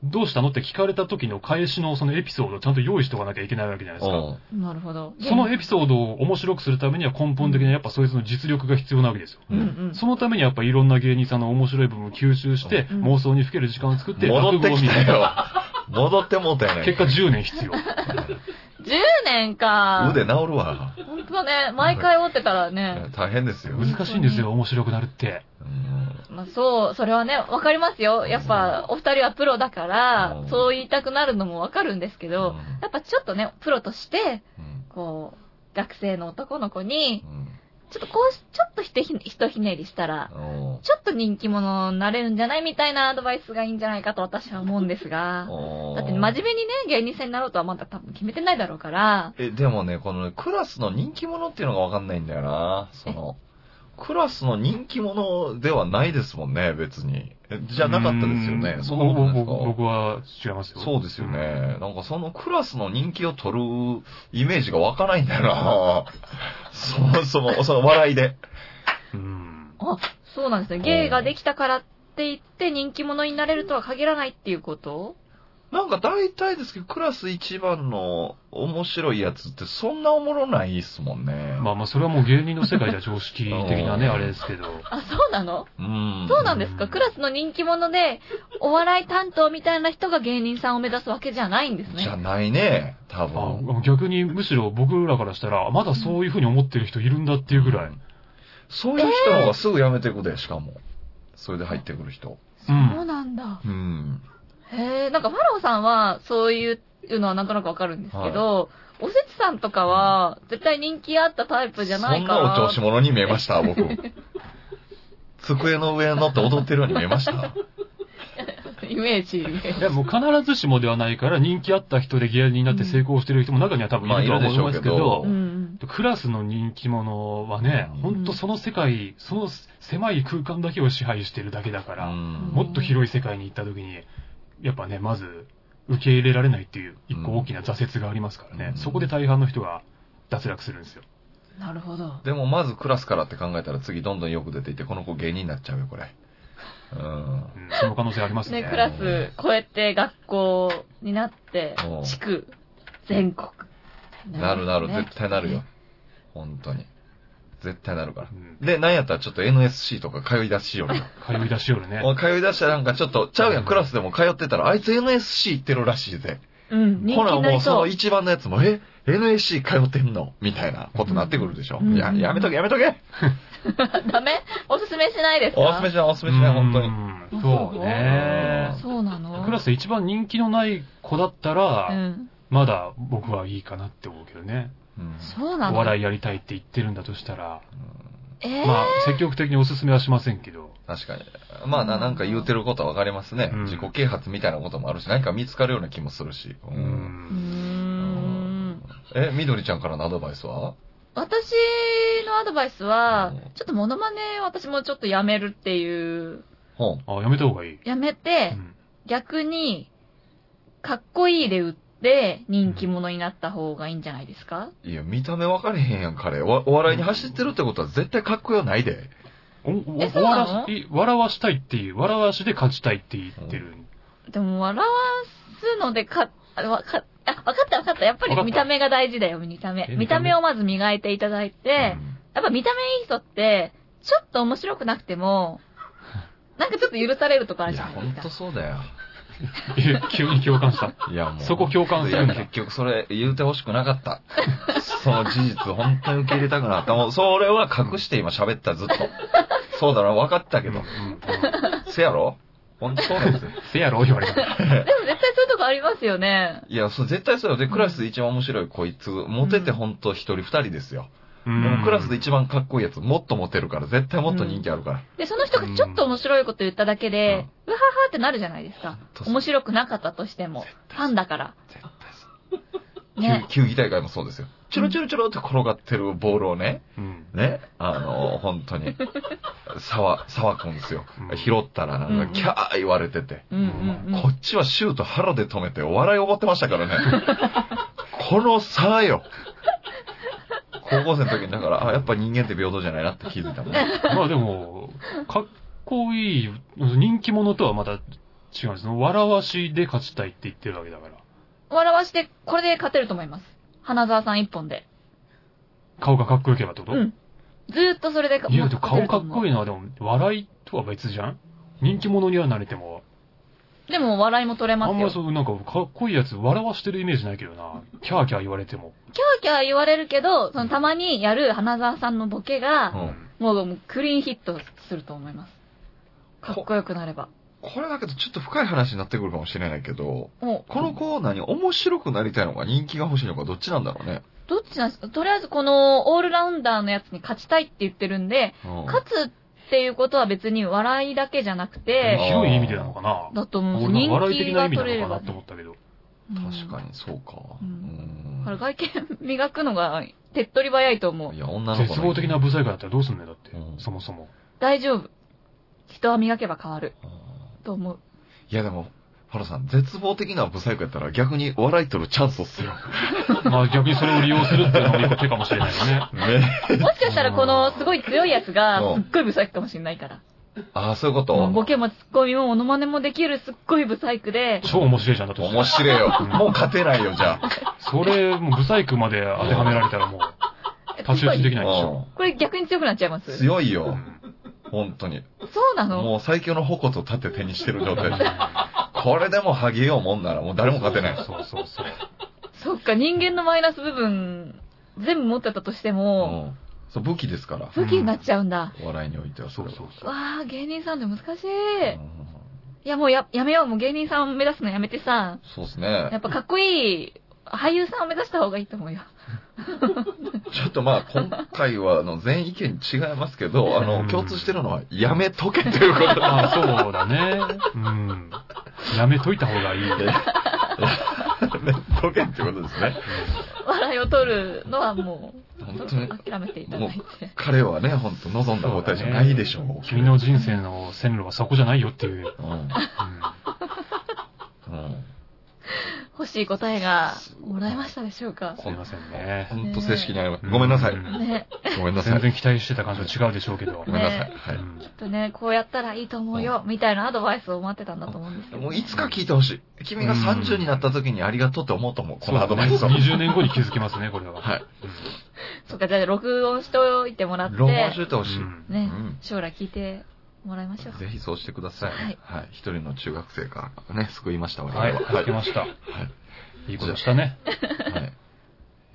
Speaker 1: どうしたのって聞かれた時の返しのそのエピソードをちゃんと用意しておかなきゃいけないわけじゃないですか。
Speaker 3: なるほど。
Speaker 1: そのエピソードを面白くするためには根本的にやっぱそいつの実力が必要なわけですよ。
Speaker 2: う
Speaker 3: うんんうん。
Speaker 1: そのためにやっぱいろんな芸人さんの面白い部分を吸収して、
Speaker 3: うん
Speaker 1: 妄想にふける時間を作って、
Speaker 2: 戻ってきた
Speaker 1: る。
Speaker 2: よ。戻ってもうたやない
Speaker 1: 結
Speaker 2: か
Speaker 1: 果10年必要。
Speaker 3: 10年か。
Speaker 2: 腕治るわ。
Speaker 3: 本当だね。毎回折ってたらね。
Speaker 2: 大変ですよ。
Speaker 1: 難しいんですよ、面白くなるって。
Speaker 2: うん
Speaker 3: まあそう、それはね、わかりますよ。やっぱ、お二人はプロだから
Speaker 2: うん、
Speaker 3: そう言いたくなるのもわかるんですけど、やっぱちょっとね、プロとして、
Speaker 2: うん
Speaker 3: こう、学生の男の子に
Speaker 2: う、ん
Speaker 3: ちょっとこうし、ちょっとひとひひとひねりしたら、
Speaker 2: うん
Speaker 3: ちょっと人気者になれるんじゃないみたいなアドバイスがいいんじゃないかと私は思うんですが。だって真面目にね、芸人さんになろうとはまだ多分決めてないだろうから、
Speaker 2: え、でもね、このねクラスの人気者っていうのがわかんないんだよな。その、クラスの人気者ではないですもんね、別に。えじゃなかったですよね
Speaker 1: う。ん
Speaker 2: そんなことないです
Speaker 1: 僕
Speaker 2: か
Speaker 1: 僕は違いますよ。
Speaker 2: そうですよ
Speaker 1: ん
Speaker 2: ね。なんかそのクラスの人気を取るイメージがわかないんだよな。そもそも、その笑いで。
Speaker 1: うん。
Speaker 3: そうなんですね。芸ができたからって言って人気者になれるとは限らないっていうこと
Speaker 2: なんか大体ですけど、クラス一番の面白いやつってそんなおもろないっすもんね。
Speaker 1: まあまあ、それはもう芸人の世界では常識的なね、
Speaker 2: [LAUGHS] うん
Speaker 1: あれですけど。
Speaker 3: あ、そうなの
Speaker 2: うん。
Speaker 3: そうなんです
Speaker 1: う
Speaker 3: か
Speaker 1: ん
Speaker 3: クラスの人気者で、お笑い担当みたいな人が芸人さんを目指すわけじゃないんです
Speaker 2: じゃ
Speaker 3: ね。
Speaker 2: ないね、多
Speaker 1: あ
Speaker 2: 分。
Speaker 1: 逆にむしろ僕らからしたら、まだそういうふうに思ってる人いるんだっていうぐらい。
Speaker 2: そういう人の方がすぐ辞めてくで、しかも。それで入ってくる人。
Speaker 1: うん
Speaker 3: そうなんだ。
Speaker 2: うん。
Speaker 3: へえ、なんかファローさんはそういうのはなんとなくわかるんですけど、おせちさんとかは絶対人気あったタイプじゃないか
Speaker 2: そん
Speaker 3: ら。
Speaker 2: なお調子者に見えました、
Speaker 3: [LAUGHS]
Speaker 2: 僕。机の上に乗って踊ってるように見えました。
Speaker 3: イメージ、イメージ
Speaker 1: いや、もう必ずしもではないから、人気あった人で芸人になって成功してる人も中には多分いるとは思いますけど
Speaker 2: う
Speaker 3: うんんうん。
Speaker 1: クラスの人気者はね、ほんとその世界、その狭い空間だけを支配してるだけだか
Speaker 2: う
Speaker 1: ら、
Speaker 2: ん
Speaker 1: もっと広い世界に行った時に、やっぱね、まず、受け入れられないっていう、一個大きな挫折がありますからね、
Speaker 2: うん
Speaker 1: そこで大半の人が脱落するんですよ。
Speaker 3: なるほど。
Speaker 2: でもまずクラスからって考えたら次どんどんよく出ていって、この子芸人になっちゃうよ、これ。うん。
Speaker 1: うん、その可能性ありますね。
Speaker 3: ね、クラス超えて学校になって
Speaker 2: うん、
Speaker 3: 地区、全国。
Speaker 2: なるなる、
Speaker 3: ね
Speaker 2: 絶対なる [LAUGHS] よ。本当に。絶対なるから
Speaker 1: う。ん
Speaker 2: で、なんやったらちょっと NSC とか通い出しよう [LAUGHS] よ。
Speaker 1: 通い出しよるね。
Speaker 2: もう通い出したらなんかちょっと、ちゃうやん、クラスでも通ってたら、あいつ NSC 行ってるらしいぜ。
Speaker 3: うん、人
Speaker 2: ほ
Speaker 3: 気
Speaker 2: ら
Speaker 3: に
Speaker 2: も
Speaker 3: な
Speaker 2: う
Speaker 3: り
Speaker 2: そ
Speaker 3: そ
Speaker 2: の
Speaker 3: う。
Speaker 2: 一番のやつも、え ?NSC 通ってんのみたいなことになってくるでしょ。
Speaker 3: うん
Speaker 2: いや、やめとけやめとけ
Speaker 3: ダメおすすめしないですか
Speaker 2: おすすめしない、おすすめしない、本当に。
Speaker 1: にそうね。
Speaker 3: そうなの
Speaker 1: クラスで一番人気のない子だった
Speaker 3: う
Speaker 1: ら、
Speaker 3: ん。
Speaker 1: まだ僕はいいかなって思うけどね。
Speaker 2: うん
Speaker 3: そうな
Speaker 1: お
Speaker 3: の
Speaker 1: 笑いやりたいって言ってるんだとしたら、
Speaker 3: えー、
Speaker 1: まあ、積極的にお勧めはしませんけど。
Speaker 2: 確かに。まあな、なんか言うてることはわかりますね。
Speaker 1: うん
Speaker 2: 自己啓発みたいなこともあるし、何か見つかるような気もするし。う、
Speaker 1: うん
Speaker 3: うー
Speaker 1: ん。
Speaker 3: ん。
Speaker 2: え、みどりちゃんからのアドバイスは
Speaker 3: 私のアドバイスは
Speaker 2: うん、
Speaker 3: ちょっとモノマネ私もちょっとやめるっていう、
Speaker 2: ほん。
Speaker 1: あ、やめた方がいい。
Speaker 3: やめ
Speaker 1: う
Speaker 3: て、
Speaker 1: ん
Speaker 3: 逆に、かっこいいで売って人気者になった方がいいんじゃないですか
Speaker 2: いや、見た目分かれへんやん、彼。おお笑いに走ってるってことは絶対かっこよないで。
Speaker 1: おお
Speaker 3: えそうなの
Speaker 1: 笑わし笑わしたいっていう、笑わしで勝ちたいって言ってる。
Speaker 3: でも笑わすのでか、あわか、あ、わかったわかった。やっぱ
Speaker 1: わか
Speaker 3: り
Speaker 1: った
Speaker 3: 見た目が大事だよ、見た目。
Speaker 1: え
Speaker 3: 見た目をまず磨いていただいて、やっぱ見た目いい人って、ちょっと面白くなくても、なんかちょっと許されるとこあ
Speaker 2: うん
Speaker 3: る
Speaker 2: い
Speaker 3: じ
Speaker 2: や、
Speaker 3: ゃな
Speaker 2: ほ
Speaker 3: い
Speaker 2: ん
Speaker 3: で
Speaker 2: と
Speaker 3: す
Speaker 2: そ
Speaker 3: か。
Speaker 2: うだよ。
Speaker 1: え [LAUGHS] 急に共感した。
Speaker 2: いや、もう。
Speaker 1: そこ共感するんだ
Speaker 2: いや結局それ言うてほしくなかった。 [LAUGHS] その事実、本当に受け入れたくなかった。もう、それは隠して今喋った、ずっと。そうだな、分かったけ
Speaker 1: うんう
Speaker 2: ど。
Speaker 1: ん
Speaker 2: せやろ本当そうなんですよ。
Speaker 1: [LAUGHS] せやろ言われた。
Speaker 3: でも絶対そういうとこありますよね。
Speaker 2: いや、そう、絶対そうよ。で、クラスで一番面白いこいつ、モテてほんと一人二人ですよ。
Speaker 1: う
Speaker 2: で
Speaker 1: ん
Speaker 2: もクラスで一番かっこいいやつ、もっとモテるから、絶対もっと人気あるから。
Speaker 3: で、その人がちょっと面白いこと言っただけで、
Speaker 2: う
Speaker 3: う
Speaker 2: ん
Speaker 3: わははってなるじゃないですか
Speaker 2: 本当。そう
Speaker 3: 面白くなかったとしても。ファンだから。
Speaker 2: 絶対そう
Speaker 3: ね。
Speaker 2: 球球技大会もそうですよ。チュルチュルチュルって転がってるボールをね、
Speaker 1: うん
Speaker 2: ね、あの、本当に、沢、沢くんですよ
Speaker 1: うん。
Speaker 2: 拾ったらなん
Speaker 3: うん
Speaker 2: か、キャー言われてて。
Speaker 3: うんうんうん
Speaker 2: こ。っちはシュート腹で止めて、お笑いを思ってましたから
Speaker 3: [LAUGHS]
Speaker 2: ね。この差よ。高校生の時に、だから、あ、やっぱ人間って平等じゃないなって気づいたもん。
Speaker 1: [LAUGHS] まあでも、かっこいい、人気者とはまた違うんですね。笑わしで勝ちたいって言ってるわけだから。
Speaker 3: 笑わして、これで勝てると思います。花沢さん一本で。
Speaker 1: 顔がかっこよければってこと、
Speaker 3: うん。ずーっとそれで
Speaker 1: いや、でも顔かっこい
Speaker 3: い
Speaker 1: いのはでも、笑いとは別じゃん人気者にはなれても。
Speaker 3: い。でも笑いも取れま
Speaker 1: あ
Speaker 3: す
Speaker 1: ん
Speaker 3: よ。
Speaker 1: まりそう、なんか、かっこいいやつ笑わしてるイメージないけどな。キャーキャー言われても。
Speaker 3: キャーキャー言われるけど、そのたまにやる花沢さんのボケ
Speaker 2: う
Speaker 3: が、
Speaker 2: ん
Speaker 3: もうもうクリーンヒットすると思います。かっこよくなれば。
Speaker 2: これだけどちょっと深い話になってくるかもしれないけど、
Speaker 3: もう、
Speaker 2: このコーナーに面白くなりたいのか人気が欲しいのかどっちなんだろうね。
Speaker 3: どっちなんですかとりあえずこのオールラウンダーのやつに勝ちたいって言ってるんで、
Speaker 2: うん
Speaker 3: 勝つっていうことは別に笑いだけじゃなくて、
Speaker 1: 広い意味でなのかな
Speaker 3: だと思う。
Speaker 1: 俺の
Speaker 3: 人
Speaker 1: 笑い
Speaker 3: 気
Speaker 1: 的な
Speaker 3: が
Speaker 1: 意味
Speaker 3: 取
Speaker 1: な
Speaker 3: れ
Speaker 1: の
Speaker 3: れ
Speaker 1: か
Speaker 3: ば
Speaker 1: なと思ったけど。
Speaker 2: 確か
Speaker 3: に。
Speaker 2: に、そうか。
Speaker 3: う
Speaker 2: うん
Speaker 3: だから外見磨くのが手っ取り早いと思う
Speaker 2: い。や、女の子の
Speaker 1: 絶望的な不細工だったらどうすんのよ、だって
Speaker 2: う。ん
Speaker 1: そもそも。
Speaker 3: 大丈夫。人は磨けば変わる。
Speaker 2: うん
Speaker 3: と思う。
Speaker 2: いや、でも、ハロさん、絶望的なブサイクやったら逆に笑い取るチャンスっすよ。
Speaker 1: まあ逆にそれを利用するっていうのも一個手かもしれないよね。
Speaker 2: ね。
Speaker 3: もしかしたらこのすごい強いやつが
Speaker 2: う
Speaker 3: す
Speaker 2: ん
Speaker 3: っごいブサイクかもしれないから。
Speaker 2: ああ、そういうこと
Speaker 3: もうボ
Speaker 2: 面
Speaker 3: ケもツッコミもモノマネもできるすっごいブサイクで、
Speaker 1: 超面白いじゃん、だとして
Speaker 2: 白いよ。もう勝てないよ、じゃあ。
Speaker 1: それ、もうブサイクまで当てはめられたらもう、立ち打ちできないでしょ。
Speaker 3: これ逆に強くなっちゃいます
Speaker 2: うん
Speaker 3: そ
Speaker 2: 強いうよ。
Speaker 1: ん
Speaker 2: 本当に。
Speaker 3: うなの
Speaker 2: もう最強の矛と盾手にしてる状態で。これでもハゲようもんならもう誰も勝てない。
Speaker 1: そうそうそう。
Speaker 3: そっか、人間のマイナス部分全部持ってたとして
Speaker 2: う
Speaker 3: も、
Speaker 2: ん。そう、武器ですから。
Speaker 3: 武器になっちゃうんだ。
Speaker 2: お笑いにおいては
Speaker 1: そうそう
Speaker 2: う。
Speaker 1: そう。
Speaker 3: わー、芸人さんで難しい。
Speaker 2: うん
Speaker 3: いや、もうや、やめよう。もう芸人さんを目指すのやめてさ、
Speaker 2: そうですね
Speaker 3: やっ。ぱかっこいい俳優さんを目指した方がいいと思うよ。
Speaker 2: ちょっとまあ、今回は、あの、全意見違いますけど、
Speaker 3: [LAUGHS]
Speaker 2: あ
Speaker 1: うん
Speaker 2: の、共通してるのは、やめとけということで。
Speaker 1: まあそうだね。うん。やめといた方がいい。
Speaker 2: や
Speaker 3: [LAUGHS]
Speaker 2: めとけってことですね。
Speaker 3: 笑いを取るのはもう、
Speaker 2: 本当に
Speaker 3: 諦めていただいて。
Speaker 2: 彼はね、本当望んだ答えじゃないでしょう。
Speaker 1: 君の人生の線路はそこじゃないよっていう。
Speaker 2: うん。
Speaker 1: う
Speaker 2: うん。
Speaker 3: 欲しい答えがもらえましたでしょうか
Speaker 1: ん。すいませんね。
Speaker 2: 本当正式に謝ります。ごめんなさい。
Speaker 3: ね、
Speaker 2: ごめんなさ
Speaker 1: 全
Speaker 2: い。
Speaker 1: 然期待してた感じと違うでしょうけど
Speaker 2: ご。めんなさい。
Speaker 1: う
Speaker 2: は
Speaker 1: ん
Speaker 3: きっとね、こうやったらいいと思うよ、みたいなアドバイスを待ってたんだと思うんですけ
Speaker 2: い。
Speaker 3: ど。
Speaker 2: もういつか聞いてほしい。君が30になった時にありがとうって思うと思う。このアドバイスを。
Speaker 1: 20年後に気づきますね、これは。
Speaker 2: はい。
Speaker 3: そっか、じゃあ録音しておいてもらって、
Speaker 2: ローマ字
Speaker 3: ね、
Speaker 2: でてほしい。
Speaker 1: うん
Speaker 2: うん
Speaker 3: 将来聞いてもらいましょう。
Speaker 2: ぜひそうしてください。
Speaker 3: はい
Speaker 2: はい。一人の中学生からね、救いました、我々
Speaker 1: はい、
Speaker 2: は。
Speaker 1: 聞けました。いいことしたね。
Speaker 2: はい。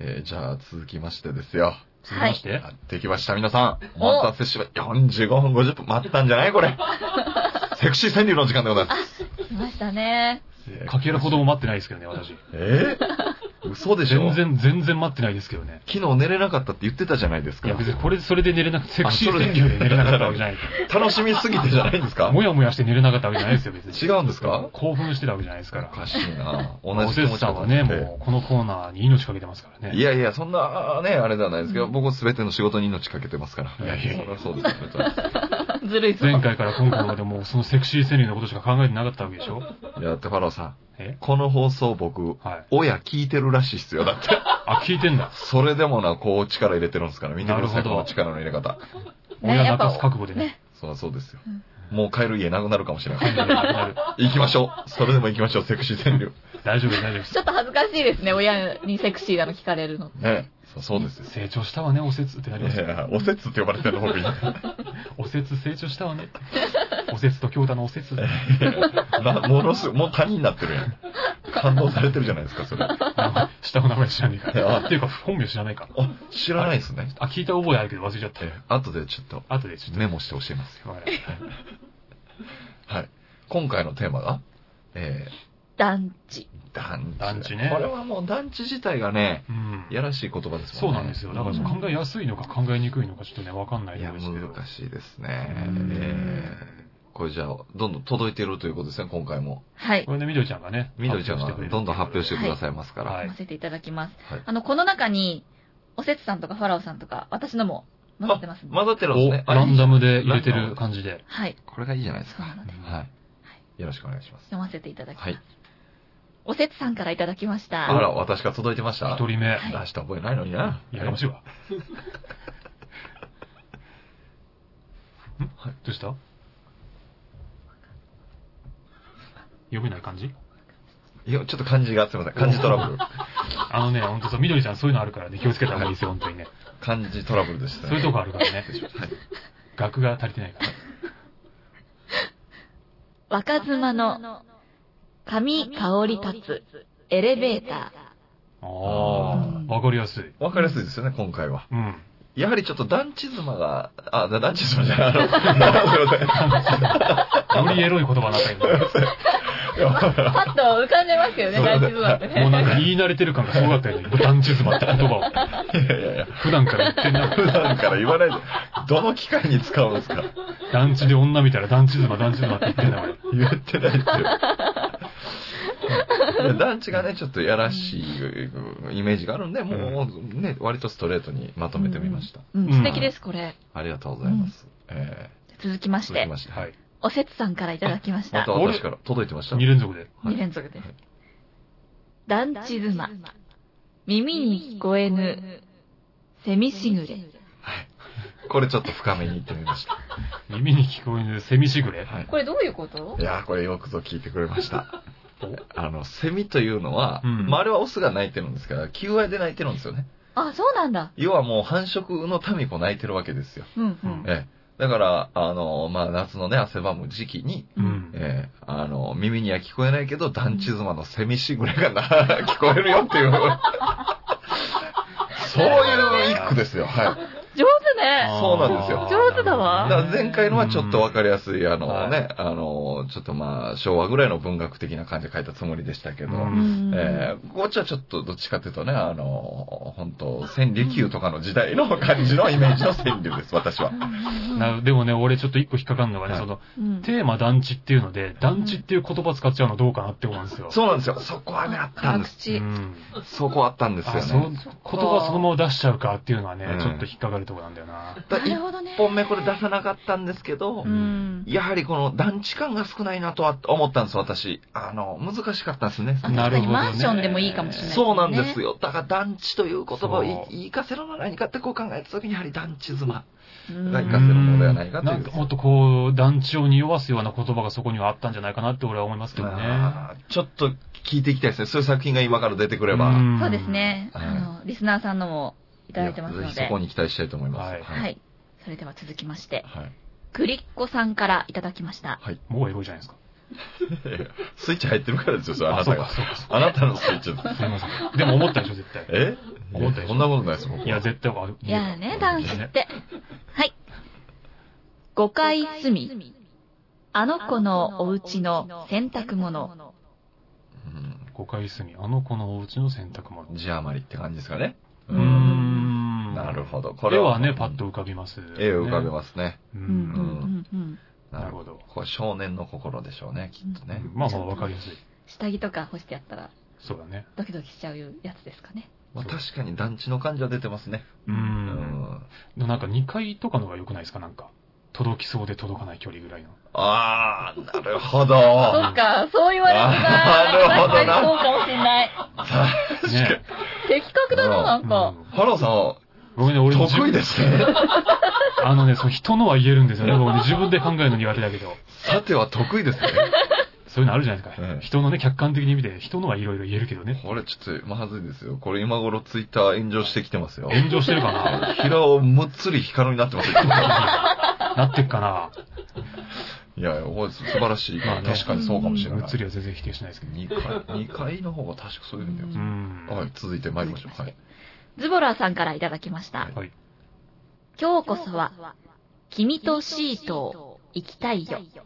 Speaker 2: えーじゃあ、続きましてですよ。
Speaker 1: 続きまして。
Speaker 2: やってきました、皆さん。
Speaker 3: お
Speaker 2: お待たせしま、45分50分待ったんじゃないこ
Speaker 3: [LAUGHS]
Speaker 2: れ。セクシー川柳の時間でございま
Speaker 3: 来ましたね。
Speaker 2: す。
Speaker 1: かけるほども待ってないですけどね、私。
Speaker 2: えー嘘でしょ
Speaker 1: 全然、全然待ってないですけどね。
Speaker 2: 昨日寝れなかったって言ってたじゃないです
Speaker 1: い
Speaker 2: か
Speaker 1: や、。別にこれ、それで寝れなくて、セクシー
Speaker 2: あそれ
Speaker 1: 選挙で寝れなかったわけじゃないです
Speaker 2: 楽しみすぎてじゃないんです
Speaker 1: か。
Speaker 2: から [LAUGHS]
Speaker 1: もやもやして寝れなかったわけじゃないですよ、別に。
Speaker 2: 違うんですか
Speaker 1: 興奮してたわけじゃないですか
Speaker 2: お
Speaker 1: ら。
Speaker 2: かしいな同
Speaker 1: お
Speaker 2: じ気
Speaker 1: せ
Speaker 2: 持
Speaker 1: つ
Speaker 2: ち
Speaker 1: さ
Speaker 2: だ
Speaker 1: ん
Speaker 2: と
Speaker 1: は
Speaker 2: 思
Speaker 1: ね、
Speaker 2: って
Speaker 1: もう、このコーナーに命かけてますからね。
Speaker 2: いやいや、そんなね、あれではないですけど、
Speaker 3: うん
Speaker 2: 僕は全ての仕事に命かけてますから。
Speaker 1: いやいやいや
Speaker 2: そりゃそうですよ別
Speaker 3: ずるいぞ。
Speaker 1: 前回から今回までもう、そのセクシー川柳のことしか考えてなかったわけで
Speaker 2: [LAUGHS]
Speaker 1: しょ
Speaker 2: に。いや、ってファローさん、
Speaker 1: え
Speaker 2: この放送僕、
Speaker 1: はい。
Speaker 2: 親聞いてるらしいっすよ。だ
Speaker 1: [LAUGHS]
Speaker 2: って、
Speaker 1: あ、聞いてんだ。
Speaker 2: それでもな、こう力入れてるんですから、見てくださ、
Speaker 1: ないる
Speaker 2: こ
Speaker 1: ほど
Speaker 2: の力の入れ方。
Speaker 3: ね
Speaker 1: 親
Speaker 3: や
Speaker 1: 泣
Speaker 3: っぱ
Speaker 1: かす覚悟でね。
Speaker 2: そりゃそうですよ。もう帰る家なくなるかもしれな
Speaker 1: 帰ん
Speaker 2: い。
Speaker 1: なくなる
Speaker 2: 行きましょう。それでも行きましょう、セクシー川柳。
Speaker 1: 大丈夫です、大丈夫です
Speaker 3: ちょ。っと恥ずかしいですね、親にセクシーなの聞かれるの。
Speaker 2: ね。そそうですよ。
Speaker 1: 成長したわね、おせつってなります
Speaker 2: い
Speaker 1: よ。
Speaker 2: やおせつって呼ばれてるの、僕に。
Speaker 1: おせつ成長したわねって。おせつと京太のおせつ。
Speaker 2: なものすごい、もう谷になってるやん。感動されてるじゃないですか、それ。あ、
Speaker 1: あの下の名前知らねえから。
Speaker 2: あ
Speaker 1: っていうか、本名知らないか。
Speaker 2: 知らないですね。
Speaker 1: あ、聞いた覚えあるけど忘れちゃった。
Speaker 2: 後でちょっと
Speaker 1: 後でちょっと。
Speaker 2: メモして教えますよ。
Speaker 1: わかりました
Speaker 2: はい。今回のテーマが、え
Speaker 3: 団地。
Speaker 2: ー、団地。
Speaker 1: 団地ね
Speaker 2: これはもう団地自体がね、
Speaker 1: うん。
Speaker 2: やらしい言葉です
Speaker 1: そ
Speaker 2: も
Speaker 1: うん
Speaker 2: ね。
Speaker 1: なんですよ。だからその考えやすいのか考えにくいのかちょっとね、わかんない
Speaker 2: いや、
Speaker 1: ですけど。
Speaker 2: 難しいですね。
Speaker 1: うん
Speaker 2: えー、これじゃあ、どんどん届いてるということですね、今回も。
Speaker 3: はい
Speaker 1: こ。れね、みどりちゃんがね、
Speaker 2: みどりちゃんが
Speaker 1: 発表してくれる
Speaker 2: どんどん発表してくださいますから。
Speaker 1: はい
Speaker 3: 読ませていただきます。
Speaker 2: はい
Speaker 3: あの、この中に、おせつさんとかファラオさんとか、私のも混ざってます、
Speaker 2: あ混ざってるんです
Speaker 1: お、
Speaker 2: ね。
Speaker 1: ランダ
Speaker 2: ム。
Speaker 1: ムで入れてる感じで。
Speaker 3: はい。
Speaker 2: これがいいじゃないです
Speaker 3: そ
Speaker 2: か。
Speaker 3: うな
Speaker 2: は
Speaker 3: ので、
Speaker 2: い。よろしくお願いします。
Speaker 3: 読ませていただきます。
Speaker 2: はい。
Speaker 3: おせつさんからいただきまし
Speaker 2: あ
Speaker 3: た。
Speaker 2: ら、私が届いてました。
Speaker 1: 一人目。
Speaker 2: 出した覚えないのにな。
Speaker 1: やりましょうか。ん
Speaker 2: はい
Speaker 1: [LAUGHS] どうした読めない感じ
Speaker 2: いや、ちょっと漢字が、すみません。漢字トラブ
Speaker 1: [LAUGHS]
Speaker 2: ル。
Speaker 1: あのね、ほんとさ、みどりちゃんそういうのあるからね、気をつけた方がいいですよ、ほんとにね。
Speaker 2: 漢字トラブルでしたね。
Speaker 1: そういうとこあるからね。
Speaker 2: はい
Speaker 1: 額が足りてないから。
Speaker 3: 若妻の髪香り立つエレベー
Speaker 1: あ
Speaker 3: タうん
Speaker 1: あ、わかりやすい。
Speaker 2: わかりやすいですよね、今回は。
Speaker 1: うん。
Speaker 2: やはりちょっと団地妻が、あ、だ団地妻じゃない、あ [LAUGHS] の、すいませ
Speaker 1: よ
Speaker 2: ん
Speaker 1: りエロい言葉になったけど、
Speaker 2: いや
Speaker 3: ー。パッと浮かんじゃいますけどね、
Speaker 2: そう
Speaker 3: 団地妻って
Speaker 1: もうな
Speaker 3: ね。
Speaker 1: んか言い慣れてる感がすごかったよね。ボタンチズマって言葉
Speaker 2: いやいやいや、
Speaker 1: を。普段から言ってんな。
Speaker 2: 普段から言わないで、どの機会に使うんですか
Speaker 1: 団地で女見たら団地ズマ、団地ズマって言ってんだ俺。
Speaker 2: 言ってないって [LAUGHS] いう。団地がね、ちょっとやらしいイメージがあるんで、もうね、割とストレートにまとめてみました。
Speaker 3: うん、素敵です、これ。
Speaker 2: ありがとうございます。え
Speaker 3: 続きま
Speaker 2: ー、
Speaker 3: し
Speaker 2: 続き
Speaker 3: て、
Speaker 2: まして、
Speaker 1: はい。
Speaker 3: おせつさんからいただきまし
Speaker 2: ま
Speaker 3: た
Speaker 2: た。私から届いてました。
Speaker 1: 2連続で。
Speaker 2: はい
Speaker 3: 2連続です
Speaker 2: はい。
Speaker 3: 団地妻。耳に聞こえぬ、セミしぐれ。
Speaker 2: これちょっと深めに言ってみました。
Speaker 1: 耳に聞こえるセミシグレ。
Speaker 2: はい。
Speaker 3: これどういうこと
Speaker 2: いやーこれよくぞ聞いてくれま [LAUGHS] した。
Speaker 1: お
Speaker 2: あの、セミというのは、
Speaker 1: うん
Speaker 2: まあ、あれはオスが鳴いてるんですから、求愛で鳴いてるんですよね。
Speaker 3: あ、そうなんだ。
Speaker 2: 要はもう繁殖の民子鳴いてるわけですよ。
Speaker 3: うんうん。
Speaker 2: ええ。だから、あの、まあ、夏のね、汗ばむ時期に、
Speaker 1: うん。
Speaker 2: ええ、あの、耳には聞こえないけど、団地妻のセミシぐらいがな、 [LAUGHS] 聞こえるよっていう。そういう一句ですよ。はい。
Speaker 3: 上手ね。
Speaker 2: そうなんですよ
Speaker 3: 上手だわ
Speaker 2: だから前回のはちょっとわか
Speaker 1: る
Speaker 2: りやすい、あ
Speaker 1: は
Speaker 2: の
Speaker 1: い
Speaker 2: ね、あの、ちょっとまあ、昭和ぐらいの文学的な感じで書いたつもりでしたけど、
Speaker 1: うん
Speaker 3: うん
Speaker 2: えー、こっちはちょっとどっちかっていうとね、あの、本当千里球とかの時代の感じのイメージの千里です、私は。
Speaker 1: なでもね、俺ちょっと一個引っかかるのがね、
Speaker 2: はい
Speaker 1: その、
Speaker 3: うん
Speaker 1: テーマ団地っていうので、団地っていう言葉使っちゃうのどうかなって思うんですよ。
Speaker 2: そうなんですよ。そこはね、あったん
Speaker 3: 辛
Speaker 2: です。
Speaker 1: う
Speaker 3: 口。
Speaker 1: ん。
Speaker 2: そこはあったんですよ
Speaker 1: あ、
Speaker 2: ね。
Speaker 1: そう、言葉そのまま出しちゃうかっていうのはね、
Speaker 2: うん
Speaker 1: ちょっと引っかかるとこなんだよな。
Speaker 2: だ
Speaker 3: なるほどね
Speaker 2: 一。本目これ出さなかったんですけど、
Speaker 3: うん。
Speaker 2: やはりこの団地感が少ないなとは思ったんです、私。あの、難しかったんですね。
Speaker 3: あ確
Speaker 1: な
Speaker 3: か
Speaker 1: る
Speaker 3: に
Speaker 1: ほどね
Speaker 3: マンションでもいいかもしれない。
Speaker 2: そうなんです
Speaker 3: よ。
Speaker 2: よ。だから団地という言葉をい
Speaker 1: そう
Speaker 2: 言いかせるのは何かってこう考えたときにやはり団地妻。
Speaker 3: うん
Speaker 2: なんかせるのではないかという
Speaker 1: なんかもっとこう、団地を匂わすような言葉がそこにはあったんじゃないかなって俺は思いますけどね。
Speaker 2: あーちょっと聞いていきたいですね。そういう作品が今から出てくれば。
Speaker 1: ん
Speaker 3: そうです。ね。
Speaker 2: うん
Speaker 3: あの、リスナーさんのもいただいてます
Speaker 2: や
Speaker 3: の
Speaker 2: ぜひそ
Speaker 3: で
Speaker 2: こ。に期待したいと思います。。
Speaker 1: はい
Speaker 3: はいい。それでは続きまして、
Speaker 2: はい。
Speaker 3: グリッコさんからいただきました。
Speaker 1: もうエロいじゃないですか。
Speaker 2: スイッチ入ってるからですよ、それあ
Speaker 1: あ、
Speaker 2: な
Speaker 1: そ
Speaker 2: た
Speaker 1: うか、
Speaker 2: が。
Speaker 1: そうか。
Speaker 2: あなたのスイッチです。
Speaker 1: すいません。でも思ったでしょ、絶対。
Speaker 2: え
Speaker 1: 思ったでしょ
Speaker 2: そんなことないです、僕は。
Speaker 1: いや、絶対あ
Speaker 3: いやーね、男子って。はい。5階住み、あの子のお家の洗濯物。
Speaker 2: うん
Speaker 1: 5階住み、あの子のお家の洗濯物。
Speaker 2: 字余りって感じですかね。
Speaker 3: う
Speaker 1: う
Speaker 3: ー
Speaker 1: ー
Speaker 3: ん
Speaker 1: ん。
Speaker 2: なるほど。こ
Speaker 1: こ
Speaker 2: れ
Speaker 1: れ
Speaker 2: は
Speaker 1: はね、パッと浮かびます、
Speaker 2: 絵を浮かべ
Speaker 1: ま
Speaker 2: ますね。
Speaker 1: す。う。
Speaker 3: うんんうんうん
Speaker 2: な
Speaker 1: な
Speaker 2: る
Speaker 1: る
Speaker 2: ほ
Speaker 1: ほ
Speaker 2: ど。
Speaker 1: ど。
Speaker 2: これ少年の心でしょうね、きっとね。
Speaker 1: まあまあ、わかりやすい。
Speaker 3: 下着とか干してやったら
Speaker 1: そうだね。
Speaker 3: ドキドキしちゃうやつですかね。
Speaker 2: まあ、確かに団地の感じは出てますね。
Speaker 1: う。。
Speaker 2: うん
Speaker 1: でもなんか2階とかのが良くないですかなんか。届きそうで届かない距離ぐらいの。
Speaker 2: あー、なるほど。
Speaker 1: [LAUGHS]
Speaker 3: そ
Speaker 2: さ
Speaker 3: っか、そう言われてた
Speaker 2: なるほど
Speaker 3: 確
Speaker 2: な
Speaker 3: かにそうかもしれない。
Speaker 2: 確かに。
Speaker 1: ね
Speaker 3: 的確だな、なんか。
Speaker 2: ハローさんは、
Speaker 1: 僕ね、俺
Speaker 2: 得
Speaker 1: で。
Speaker 2: 意です
Speaker 1: [LAUGHS]
Speaker 2: ね。
Speaker 1: あのね、その人のは言えるんですよね。僕ね、自分で考えるの苦手だけど。
Speaker 2: さては得意ですね。
Speaker 1: そういうのあるじゃないですか。
Speaker 2: ええ
Speaker 1: 人のね、客観的に見て、人のはいろいろ言えるけどね。
Speaker 2: これちょっとまずいですよ。これ今頃ツイッター炎上してきてますよ。
Speaker 1: 炎上してるか
Speaker 2: [LAUGHS]
Speaker 1: な
Speaker 2: 平尾むっつり光になってますよ。
Speaker 1: なってっかない
Speaker 2: やいや、これ素晴らしい。
Speaker 1: まあね
Speaker 2: 確かにそうかもしれ
Speaker 1: む
Speaker 2: な
Speaker 1: っつり
Speaker 2: い。
Speaker 1: は全然否定しないですけど。
Speaker 2: 2回、二回の方が確かそういうふうに言う
Speaker 1: う
Speaker 2: よ
Speaker 1: ん。
Speaker 2: はい、続いて参りましょう。はい。
Speaker 3: ズボラーさんからいただきました。
Speaker 1: はい。
Speaker 3: 今日こ
Speaker 4: こ
Speaker 3: そ
Speaker 4: そ
Speaker 3: は、
Speaker 4: は、
Speaker 3: 君
Speaker 4: 人
Speaker 3: と
Speaker 4: シ
Speaker 3: シ
Speaker 4: ー
Speaker 3: ー
Speaker 4: ト
Speaker 3: ト
Speaker 4: を
Speaker 3: を
Speaker 4: 行
Speaker 3: 行
Speaker 4: き
Speaker 3: き
Speaker 4: た
Speaker 3: た
Speaker 4: い
Speaker 3: い
Speaker 4: よ
Speaker 3: よ。。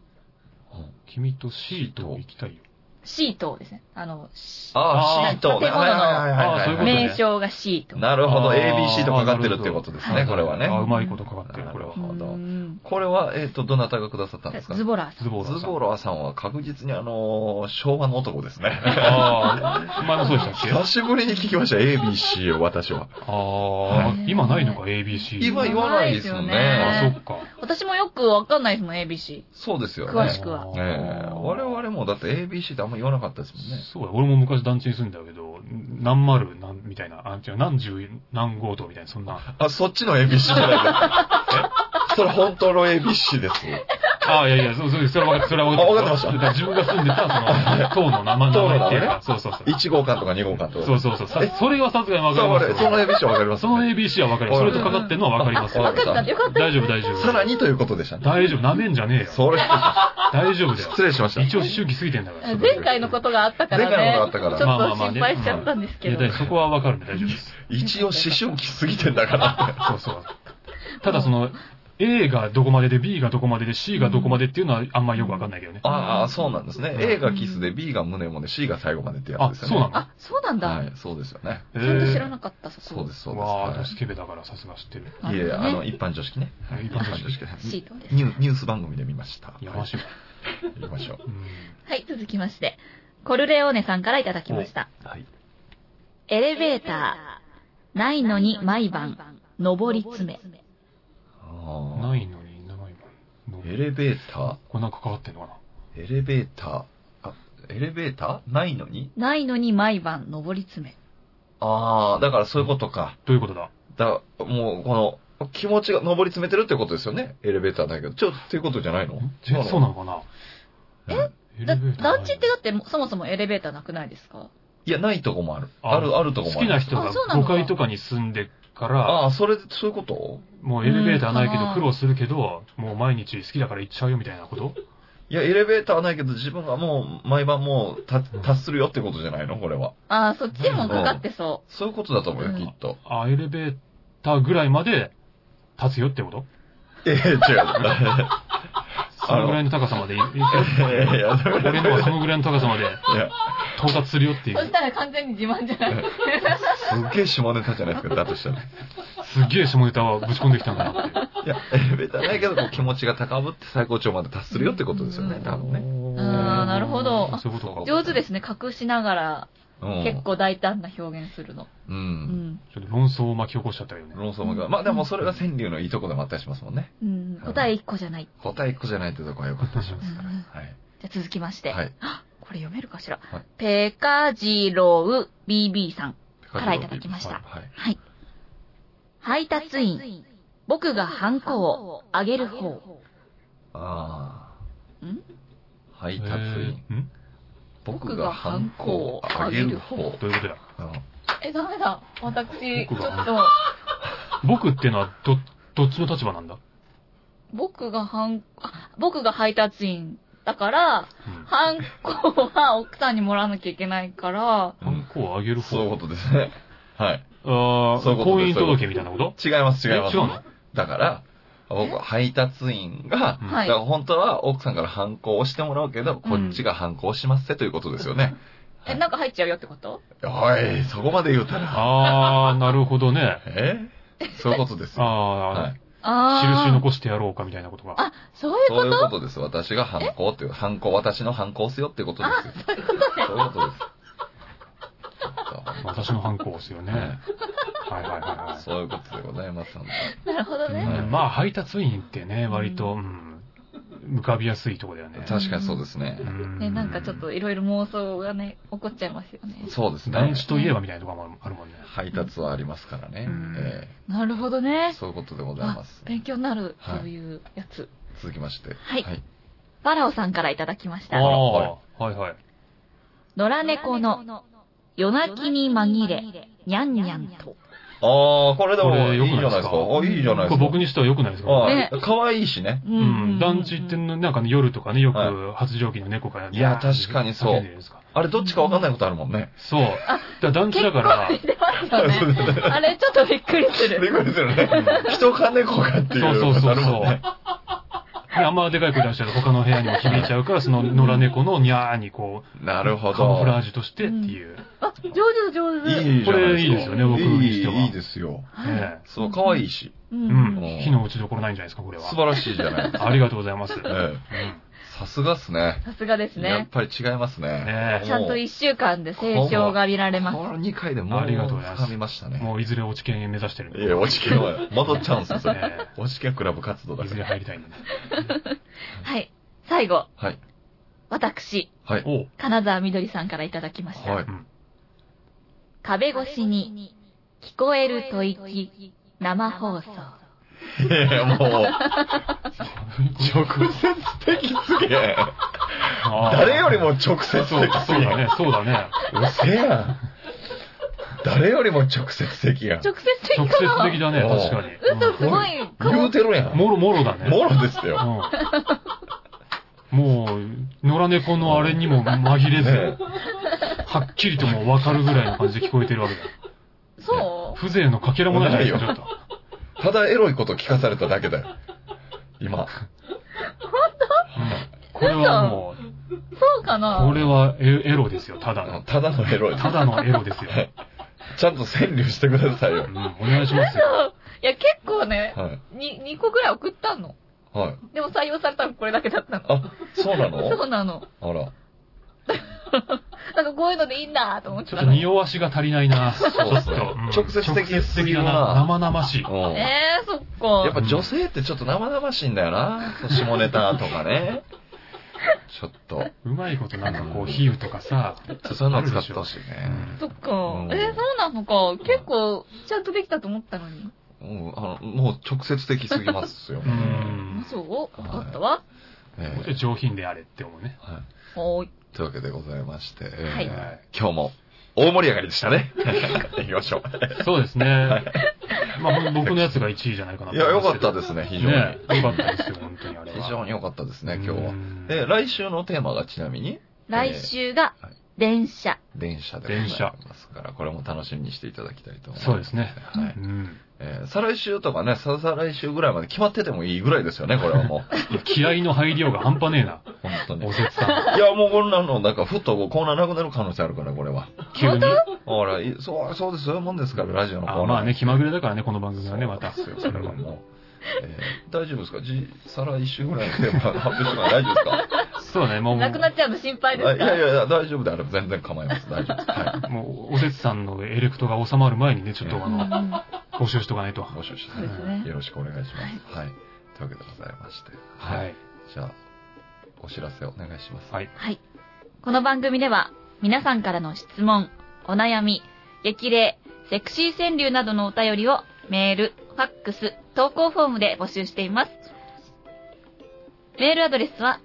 Speaker 1: 君とシート行きたいよ。
Speaker 3: シートをですね。あの、し
Speaker 2: ああ、シートね。
Speaker 3: 建物の
Speaker 2: はいはいはい
Speaker 1: あーそういうことね
Speaker 3: 名称がシート。
Speaker 2: なるほど。
Speaker 1: あー
Speaker 2: ABC とかかってるってことです
Speaker 3: な
Speaker 2: ね、
Speaker 3: る
Speaker 2: これはね。
Speaker 1: あ、うまいことかかってる、
Speaker 2: な
Speaker 1: これ
Speaker 2: る
Speaker 1: は
Speaker 2: ほ。ど
Speaker 3: うん
Speaker 2: これは、えっ、と、どなたがくださったんですか
Speaker 3: ズボラーさん。
Speaker 1: ズボラさん。
Speaker 2: ズボラさんは確実にあのー昭和の男です
Speaker 1: [LAUGHS]
Speaker 2: ね。
Speaker 1: ああ、前もそうでしたっけ
Speaker 2: 久しぶりに聞きました、ABC を私は。
Speaker 1: あ
Speaker 2: は
Speaker 1: あ
Speaker 3: い、
Speaker 1: 今ないのか、ABC。
Speaker 2: 今言わないですもんね。
Speaker 3: ないですよ
Speaker 1: あ
Speaker 3: ね、
Speaker 1: そっか。
Speaker 3: 私もよくわかんないですもん、ABC。
Speaker 2: そうですよ
Speaker 3: 詳
Speaker 2: ね
Speaker 3: し。く
Speaker 1: あ
Speaker 3: は
Speaker 2: え
Speaker 1: ー
Speaker 2: え我々もだって ABC ってあんま言わなかったですもんね。
Speaker 1: そうだ、俺も昔団地に住んだけど、何丸何みたいな、あ、違う、何十何号棟みたいな、そんな。
Speaker 2: あ、そっちの ABC じゃない [LAUGHS] です。えそれ本当の ABC です。
Speaker 1: [LAUGHS] ああ、いやいや、そうそう、それは分かった、それは
Speaker 2: あ分かってました
Speaker 1: だら自分が住んでた、その、棟の名前、名前っていうか、そうそうそう。
Speaker 2: 1号館とか2号館とか。
Speaker 1: そうそうそう。
Speaker 2: え
Speaker 1: さそれはさすがに分か
Speaker 2: そ
Speaker 1: り
Speaker 2: う
Speaker 1: ま
Speaker 2: 我々
Speaker 1: す。
Speaker 2: その ABC わかります、
Speaker 1: その ABC は分かります。それとかかってんのは分かります。
Speaker 2: わ
Speaker 3: わかった、よかった。
Speaker 1: 大丈夫、大丈夫。
Speaker 2: さらにということでしたね。
Speaker 1: 大丈夫、舐めんじゃねえよ。
Speaker 2: それ、
Speaker 1: 大丈夫だよ。
Speaker 2: 失礼しました。
Speaker 1: 一応思春期過ぎてんだから。
Speaker 3: 前回のことがあったからね。
Speaker 2: 前回のことがあった
Speaker 3: ち
Speaker 2: か
Speaker 3: ょ
Speaker 1: ら
Speaker 3: っと心配しちゃったんで
Speaker 1: い
Speaker 3: すけ
Speaker 1: や、
Speaker 3: ど。
Speaker 1: だそこは分かるんで大丈夫です。
Speaker 2: 一応思春期過ぎてんだから。
Speaker 1: そうそう。ただその、A がどこまでで、B がどこまでで、C がどこまでっていうのはあんまよく分かんないけどね。
Speaker 2: ああ、そうなんですね。A がキスで B が胸もね、C が最後までってやつ
Speaker 1: あ、
Speaker 2: です
Speaker 1: そ
Speaker 2: よ
Speaker 1: う
Speaker 2: ね。
Speaker 1: なの
Speaker 3: あ、そうなんだ。
Speaker 2: はい、そうですよね。
Speaker 1: え
Speaker 3: ちゃんと知らなかった、そこ。
Speaker 2: そうです、そうです。
Speaker 1: わあ、
Speaker 2: はい
Speaker 1: 私ケベだからさすが知ってる。
Speaker 2: いえいえ、あの、
Speaker 3: ね
Speaker 2: 一般常識ね。
Speaker 1: はい
Speaker 2: 一般常識ね
Speaker 3: シートです。
Speaker 2: ニューニュース番組で見ました。
Speaker 1: やましいわ。
Speaker 2: はい見ましょう。
Speaker 1: うん
Speaker 3: はい、続きまして。コルレオーネさんからいただきました。
Speaker 2: はい。
Speaker 3: エレ
Speaker 4: エレ
Speaker 3: ベ
Speaker 4: ベ
Speaker 3: ー
Speaker 4: ータ
Speaker 3: ター、な
Speaker 4: ー、
Speaker 3: い
Speaker 4: いいの
Speaker 3: の
Speaker 4: に
Speaker 3: に毎
Speaker 4: 毎晩
Speaker 3: 晩、、
Speaker 4: 上
Speaker 3: 上
Speaker 4: り
Speaker 3: り
Speaker 4: 詰
Speaker 3: 詰
Speaker 4: め
Speaker 3: め。。
Speaker 2: あ
Speaker 1: ないのに、名前も
Speaker 2: ーエレベータ
Speaker 1: これなんか関わってんのかな
Speaker 2: ー、エレベーター、あ、エレベーターないのに
Speaker 3: ないのに毎晩、上り詰め。
Speaker 2: ああ、だからそういうことか。
Speaker 1: どういうことだ
Speaker 2: だ、もう、この、気持ちが上り詰めてるってことですよね。エレベーターだけど。ちょ、っていうことじゃないの
Speaker 1: えそうなのかな
Speaker 2: え
Speaker 1: エ
Speaker 3: だ
Speaker 1: レベーターない
Speaker 3: 団地ってだって、そもそもエレベーターなくないですか
Speaker 2: いや、ないとこもある。
Speaker 1: あ
Speaker 2: ある、あるとこも
Speaker 1: 好
Speaker 2: あ
Speaker 1: き
Speaker 2: る。
Speaker 1: な人が
Speaker 3: あそうなの
Speaker 1: 5階とかに住んでから、
Speaker 2: ああ、それで、そういうこと
Speaker 1: もうエレベーターないけ
Speaker 3: うん
Speaker 1: ど苦労するけど、もう毎日好きだから行っちゃうよみたいなこと
Speaker 2: いや、エレベーターはないけど、自分がもう、毎晩もう、た達するよってことじゃないのこれは。
Speaker 3: ああ、そっちもかかってそ
Speaker 2: そういうことだと思う
Speaker 3: う
Speaker 2: よ、
Speaker 3: ん。
Speaker 2: きっと。
Speaker 1: あ、エレベーターぐらいまで立つよってこと
Speaker 2: ええ、違う。 [LAUGHS]
Speaker 1: そのぐらいの高さまでいい
Speaker 2: いやいやいや、
Speaker 1: 俺のはそのぐらいの高さまで
Speaker 2: いや、
Speaker 1: 到達するよっていう
Speaker 3: そし
Speaker 1: う。
Speaker 3: たら完全に自慢じゃない。
Speaker 2: すっげえ下ネタじゃないですか、だとしたら。い
Speaker 1: すっげえ下ネタをぶち込んできたんだなっていう。
Speaker 2: や、エレベーターないけど、こう気持ちが高ぶって最高潮まで達するよってことですよね、多分ね。
Speaker 1: ね
Speaker 3: あーなるほど
Speaker 1: そういうこと
Speaker 3: [LAUGHS]
Speaker 1: か。
Speaker 3: 上手ですね、隠しながら、
Speaker 2: うん。
Speaker 3: 結構大胆な表現するの。
Speaker 2: う。
Speaker 3: うんん。
Speaker 1: ちょっと論争を巻き起こしちゃったよね。
Speaker 2: 論争もが。まあでも、それが川柳のいいとこでもあったりしますもんね。
Speaker 3: うん、答え一個じゃない。
Speaker 2: 答え一個じゃないってとこは良かったりしますから。
Speaker 3: うん
Speaker 2: はい。
Speaker 3: じゃあ続きまして。
Speaker 2: はい。
Speaker 3: これ読めるかしら、
Speaker 2: はい
Speaker 3: ペカジロウ BB さん。からいただきました
Speaker 2: はい。
Speaker 3: はい。配達
Speaker 4: 達
Speaker 3: 員、
Speaker 4: 員、
Speaker 3: 僕が
Speaker 4: が
Speaker 3: ハ
Speaker 4: ハ
Speaker 3: ン
Speaker 4: ン
Speaker 3: コ
Speaker 4: コ
Speaker 3: を
Speaker 4: を
Speaker 3: あ
Speaker 4: あ
Speaker 3: げ
Speaker 4: げ
Speaker 3: る
Speaker 4: る
Speaker 3: 方。
Speaker 4: 方。
Speaker 2: ああ。
Speaker 3: ん
Speaker 2: 配達員。
Speaker 1: えーん
Speaker 2: 僕がハンコをあげる方。
Speaker 1: どういうことだ
Speaker 2: うん
Speaker 3: え、ダメだ。私、ちょ
Speaker 1: 僕が
Speaker 3: っと、
Speaker 1: 僕っていうのは、ど、どっちの立場なんだ
Speaker 3: 僕がハン、あ僕が配達員だから、
Speaker 1: うん
Speaker 3: ハンコは奥さんにもらわなきゃいけないから、
Speaker 1: ハンコをあげる方。
Speaker 2: そういうことですね。はい。
Speaker 1: ああ、
Speaker 2: そういうこと
Speaker 1: 婚姻届みたいなこと
Speaker 2: 違います、違います。
Speaker 1: え違うの
Speaker 2: だから、僕は配達員が、
Speaker 1: うん
Speaker 3: はい
Speaker 2: だから本当は奥さんから反抗をしてもらうけど、こっちが反抗しますってということですよね。
Speaker 3: え、なんか入っちゃうよってこと
Speaker 2: おい、そこまで言うたら。
Speaker 1: あー、なるほどね。
Speaker 2: えそういうことですよ。は
Speaker 1: あ
Speaker 2: い。
Speaker 1: ー、
Speaker 3: ああ。
Speaker 1: 印残してやろうかみたいなことが。
Speaker 3: あ、そういう
Speaker 2: そう
Speaker 3: こ
Speaker 2: いうこととです。私が犯行っていう、犯行、私の犯行っすよっていうことですよ。
Speaker 3: そういうことね。
Speaker 2: そういうことです。
Speaker 1: 私の反抗ですよね。はいはいはいはい。
Speaker 2: そういうことでございます。本
Speaker 3: なるほどね。
Speaker 1: うんまあ、配達員ってね、割と、うん、浮かびやすいとこだよ
Speaker 2: 当
Speaker 1: ね
Speaker 2: に。確かにそうですね。
Speaker 1: うん
Speaker 3: ね、なんかちょっといろいろ妄想がね、起こっちゃいますよね。
Speaker 2: そうですね
Speaker 1: 団。地といえばみたいなとこもあるもんね。
Speaker 2: 配達はありますからね
Speaker 1: う。ん
Speaker 2: え
Speaker 3: なるほど
Speaker 2: え
Speaker 3: ね。
Speaker 2: そういうことでござい
Speaker 3: あ
Speaker 2: ます。
Speaker 3: 勉強になる、
Speaker 2: はい
Speaker 3: そういうやつ。
Speaker 2: 続きまして。
Speaker 3: はいバラオさんからいただきまし
Speaker 1: あ
Speaker 3: た。
Speaker 1: あ、はいはい。
Speaker 3: 野良猫の夜泣きに紛れ、にゃんにゃんと。
Speaker 2: ああ、これでも
Speaker 1: これ
Speaker 2: い
Speaker 1: 良
Speaker 2: い
Speaker 1: く
Speaker 2: じゃ
Speaker 1: ないで
Speaker 2: ないですす
Speaker 1: か
Speaker 2: か。あいいじゃな
Speaker 1: これ
Speaker 2: いですか。
Speaker 1: 僕にしては良くないですか
Speaker 2: ああ可愛いしね。
Speaker 3: う
Speaker 1: うん、団地っての、なんかね夜とかね、よく
Speaker 2: は
Speaker 1: 発情期の猫からね。
Speaker 2: いや確かにそう
Speaker 1: 叫んでるんですか
Speaker 2: あれ、どっちかわかんないことあるも
Speaker 1: [LAUGHS]
Speaker 2: んね。
Speaker 1: そう。だから団地だから、
Speaker 3: 結構出ますよ
Speaker 1: [LAUGHS]
Speaker 3: ね。あれ、ちょっとびっくりす
Speaker 2: びっ
Speaker 3: る。
Speaker 2: くりするね。人か猫かっていう。
Speaker 1: そうそうそうそう
Speaker 2: なるもんね。
Speaker 1: ねあんまでかい声出したら他の部屋にも響いちゃう
Speaker 3: [LAUGHS]
Speaker 1: から、その野良猫のニャーにこう、
Speaker 2: なるほ
Speaker 1: カモフラー
Speaker 2: ど。
Speaker 1: ジュとしてっていう。
Speaker 3: あ、上手上手。
Speaker 2: いいじゃないですか。
Speaker 1: これいいですよね僕にしてはい
Speaker 2: い、いいですよ。
Speaker 3: はい
Speaker 1: ね
Speaker 2: そう、可愛いし。
Speaker 3: う。
Speaker 1: うんん。火の打ちどころないんじゃないですか、これは。
Speaker 2: 素晴らしいじゃないですか。
Speaker 1: [LAUGHS] ありがとうございます。うん
Speaker 2: ええさすがっすね。
Speaker 3: さすがです
Speaker 2: やっ
Speaker 3: ね。
Speaker 2: ぱり違いますね。
Speaker 1: ね
Speaker 3: ちゃんと
Speaker 2: い
Speaker 3: 一週間で成長が見られ
Speaker 2: こ
Speaker 3: ます。
Speaker 2: の2回でもう、
Speaker 1: ありがとうございます
Speaker 2: 掴みました
Speaker 1: え。
Speaker 2: ね。
Speaker 1: もういずれ落ち券目指してるん
Speaker 2: いや、おちけは戻っちゃうんですよ、それ。
Speaker 1: ね
Speaker 2: おちけクラブ活動だ
Speaker 1: い
Speaker 2: か
Speaker 1: ずれ
Speaker 2: ら。
Speaker 1: 入りたいんでね。
Speaker 3: はい。最後、
Speaker 2: はい。
Speaker 3: 私、
Speaker 2: はい。
Speaker 1: おう
Speaker 3: 金沢みどりさんからいただきました。
Speaker 2: はい
Speaker 1: うん
Speaker 3: 壁
Speaker 4: 越
Speaker 3: 越し
Speaker 4: し
Speaker 3: に
Speaker 4: に
Speaker 3: 聞こえ
Speaker 4: エ
Speaker 3: る
Speaker 4: ル
Speaker 3: 吐
Speaker 4: 吐
Speaker 3: 息
Speaker 4: 息、
Speaker 3: 生
Speaker 4: 生
Speaker 3: 放
Speaker 4: 放
Speaker 3: 送
Speaker 4: 送。
Speaker 2: いや、もう、
Speaker 1: [LAUGHS]
Speaker 2: 直接的すぎる誰よりも直接的す
Speaker 1: そうそう
Speaker 2: ぎ
Speaker 1: だ
Speaker 2: る
Speaker 1: ね、そうだね。
Speaker 2: うせえやん。誰よりも直接的やん。
Speaker 3: 直接的
Speaker 1: 直接
Speaker 3: かな
Speaker 1: 的だね、
Speaker 2: おう
Speaker 1: 確かに。
Speaker 3: 嘘、すごい。
Speaker 2: 言うてるや
Speaker 1: うん
Speaker 2: ん。
Speaker 1: もろもろだね。
Speaker 2: もろですよ。
Speaker 1: うんもう、野良猫のあれにも紛れ
Speaker 2: ね
Speaker 1: ず、はっきりともう分かるぐらいの感じで聞こえてるわけだ。
Speaker 3: そ
Speaker 1: 風情のかけらもないじゃないです
Speaker 2: な
Speaker 1: か、
Speaker 2: い
Speaker 1: ちょっ
Speaker 2: ただエロいこと聞かされただけだよ。今。
Speaker 1: と。うんこれはもう、
Speaker 3: うそうかな
Speaker 1: これはエエロですよ、ただの。
Speaker 2: ただのエロい。
Speaker 1: ただのエロですよ。
Speaker 2: ちゃんと川柳してくださいよ
Speaker 1: う。ん、お願いしますよ。
Speaker 3: いや、結構ね、
Speaker 2: はい。
Speaker 3: に、2個ぐらい送ったの。
Speaker 2: はい。
Speaker 3: でも採用されたのこれだけだったの。
Speaker 2: あ、そうな
Speaker 3: そう
Speaker 2: の
Speaker 3: なの。
Speaker 2: あら。
Speaker 3: なんかこういうのでいいんだと思って
Speaker 1: ちょ
Speaker 3: た
Speaker 1: っと
Speaker 3: の。
Speaker 1: 匂わしが足りないな。ちょっ
Speaker 2: うです
Speaker 1: と
Speaker 2: ね。
Speaker 1: うん
Speaker 2: 直接的すぎる
Speaker 1: だ
Speaker 2: な
Speaker 1: な。生々しい。
Speaker 2: うん。や
Speaker 3: えー、そっか。
Speaker 2: っぱ女性ってちょっと生々しいんだよな。下ネタとかね。ちょっと。
Speaker 1: うまいことなんかこう、比喩とかさ。
Speaker 2: そういうのを使ってほしいね。
Speaker 3: そっか
Speaker 2: う。ん
Speaker 3: えー、そうなのか。結構、ちゃんとできたと思ったのに。
Speaker 2: うん、あの、もう直接的すぎますよ
Speaker 1: う。ん。
Speaker 3: そうわかったわ。
Speaker 2: え
Speaker 1: もうちょ
Speaker 2: え
Speaker 1: い上品であれって思うね。
Speaker 2: はい
Speaker 3: おーい。
Speaker 2: というわけでございまして、えー
Speaker 3: はい
Speaker 2: 今日も大盛り上がりでした [LAUGHS] ね。行きましょ
Speaker 1: そうですね。まあ、僕のやつが1位じゃないかな
Speaker 2: う。いや、良かった
Speaker 1: で
Speaker 2: ですね、非
Speaker 1: す
Speaker 2: 常に。
Speaker 1: ね。よかったですよ、本当にあれは。
Speaker 2: 非常に良かったですね、今日
Speaker 1: う
Speaker 2: は。
Speaker 1: ん
Speaker 2: え、来週のテーマがちなみに、
Speaker 3: 来週が
Speaker 2: はい、
Speaker 3: 電車。
Speaker 2: 電車でございますから、これも楽しみにしていただきたいと思います。
Speaker 1: そうですね。
Speaker 2: は
Speaker 1: う
Speaker 2: い。
Speaker 1: ん。
Speaker 2: えー再来週とかね、再々来週ぐらいまで決まっててもいいぐらいですよ [LAUGHS] ね、これはもう。
Speaker 1: 気合の入りようが半端ねえな、
Speaker 2: 本当に。
Speaker 1: お
Speaker 2: い
Speaker 1: せつさん。
Speaker 2: や、もうこんなの、なんか、ふっとコーナーなくなる可能性あるから、これは。
Speaker 1: 急に。
Speaker 2: ほら、いそう、そうです、そういうもんですから、ラジオのコーナ
Speaker 1: あ
Speaker 2: ー。
Speaker 1: まあね、気まぐれだからね、この番組はね、また。
Speaker 2: そうですよそれはもう。えー大丈夫ですかじ再来週ぐらいのテーマ発表しても大丈夫ですか
Speaker 1: そうね、もう、
Speaker 3: なくなっちゃうの心配で
Speaker 2: あ
Speaker 3: す
Speaker 2: い
Speaker 3: か
Speaker 2: やい
Speaker 3: ら。
Speaker 2: やいや、大丈夫であれば全然構いません。大丈夫です。は
Speaker 1: もう、おせつさんのエレクトが収まる前にね、ちょっとあ
Speaker 3: うんう
Speaker 1: の、
Speaker 3: [LAUGHS] ん
Speaker 1: 募集しとかないと。
Speaker 2: い。
Speaker 1: は
Speaker 2: ご承知
Speaker 3: そうですね。
Speaker 2: よろしくお願いします。はい。というわけでございまして。
Speaker 1: い。
Speaker 2: じゃあ、お知らせお願いします。
Speaker 1: はい。
Speaker 3: はい。この番組では、皆さんからの質問、お悩み、激励、セクシー川柳などのお便りを、メール、ファックス、投稿フォームで募集しています。メールアドレスは、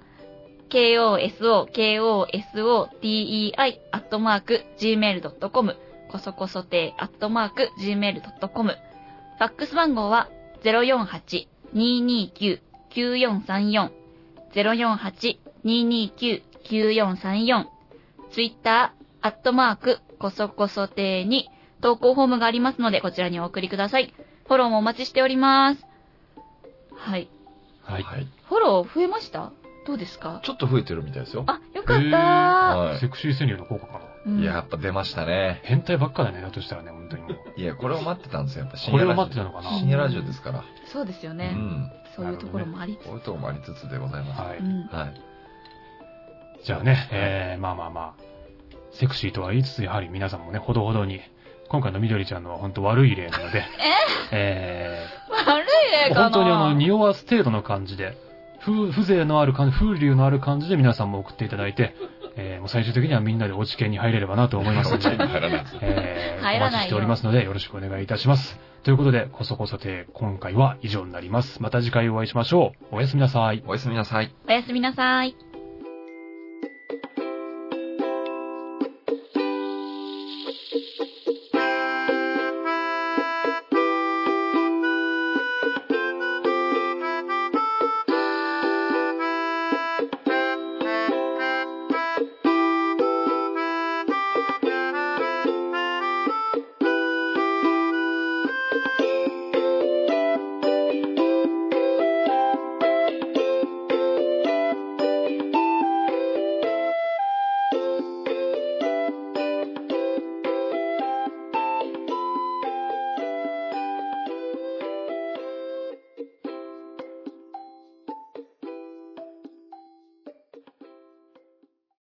Speaker 3: kosokosotei.gmail.com、こそこそて .gmail.com、ファックス番号は、048-229-9434、048-229-9434ツイッター、アットマーク、こそこそ亭に投稿フォームがありますので、こちらにお送りください。フォローもお待ちしております。はい。
Speaker 1: はい。
Speaker 2: はい。
Speaker 3: フォロー増えましたどうですか
Speaker 2: ちょっと増えてるみたいですよ。
Speaker 3: あ、よかった
Speaker 2: はい
Speaker 1: セ。クシー川柳の効果かな。
Speaker 3: うん
Speaker 2: いや、やっぱ出ましたね。
Speaker 1: 変態ばっかだね、だとしたらね、本当にもう。
Speaker 2: いや、これを待ってたんですよ。やっぱ深
Speaker 1: こ
Speaker 2: 夜
Speaker 1: れを
Speaker 2: ラジオ。
Speaker 1: 待ってたのかな。
Speaker 2: 深夜ラジオですから。
Speaker 3: そうですよ
Speaker 2: う
Speaker 3: ね、
Speaker 2: ん。
Speaker 3: そういうところもありつつ、
Speaker 2: こういうとこもありつつでございま
Speaker 1: はい。
Speaker 3: うん
Speaker 2: す。はい。
Speaker 1: じゃあね、えー、まあまあまあ、セクシーとは言いつつ、やはり皆さんもね、ほどほどに、今回の緑ちゃんのは本当悪い例なので、え
Speaker 3: 悪い
Speaker 1: ー、
Speaker 3: 例かな
Speaker 1: 本当にあの、匂わす程度の感じで、風風情のある感じ、風流のある感じで皆さんも送っていただいて、えー、もう最終的にはみんなで落ち券に入れればなと思いますの
Speaker 2: お茶に
Speaker 1: で、
Speaker 2: 入らないです。
Speaker 1: えー、
Speaker 3: [LAUGHS] 入
Speaker 1: お
Speaker 3: ら
Speaker 1: 待
Speaker 3: な
Speaker 1: ち
Speaker 3: いよ
Speaker 1: しておりますので、よろしくお願いいたします。ということで、こそこそ亭、今回は以上になります。また次回お会いしましょう。おやすみなさい。
Speaker 2: おやすみなさい。
Speaker 3: おやすみなさい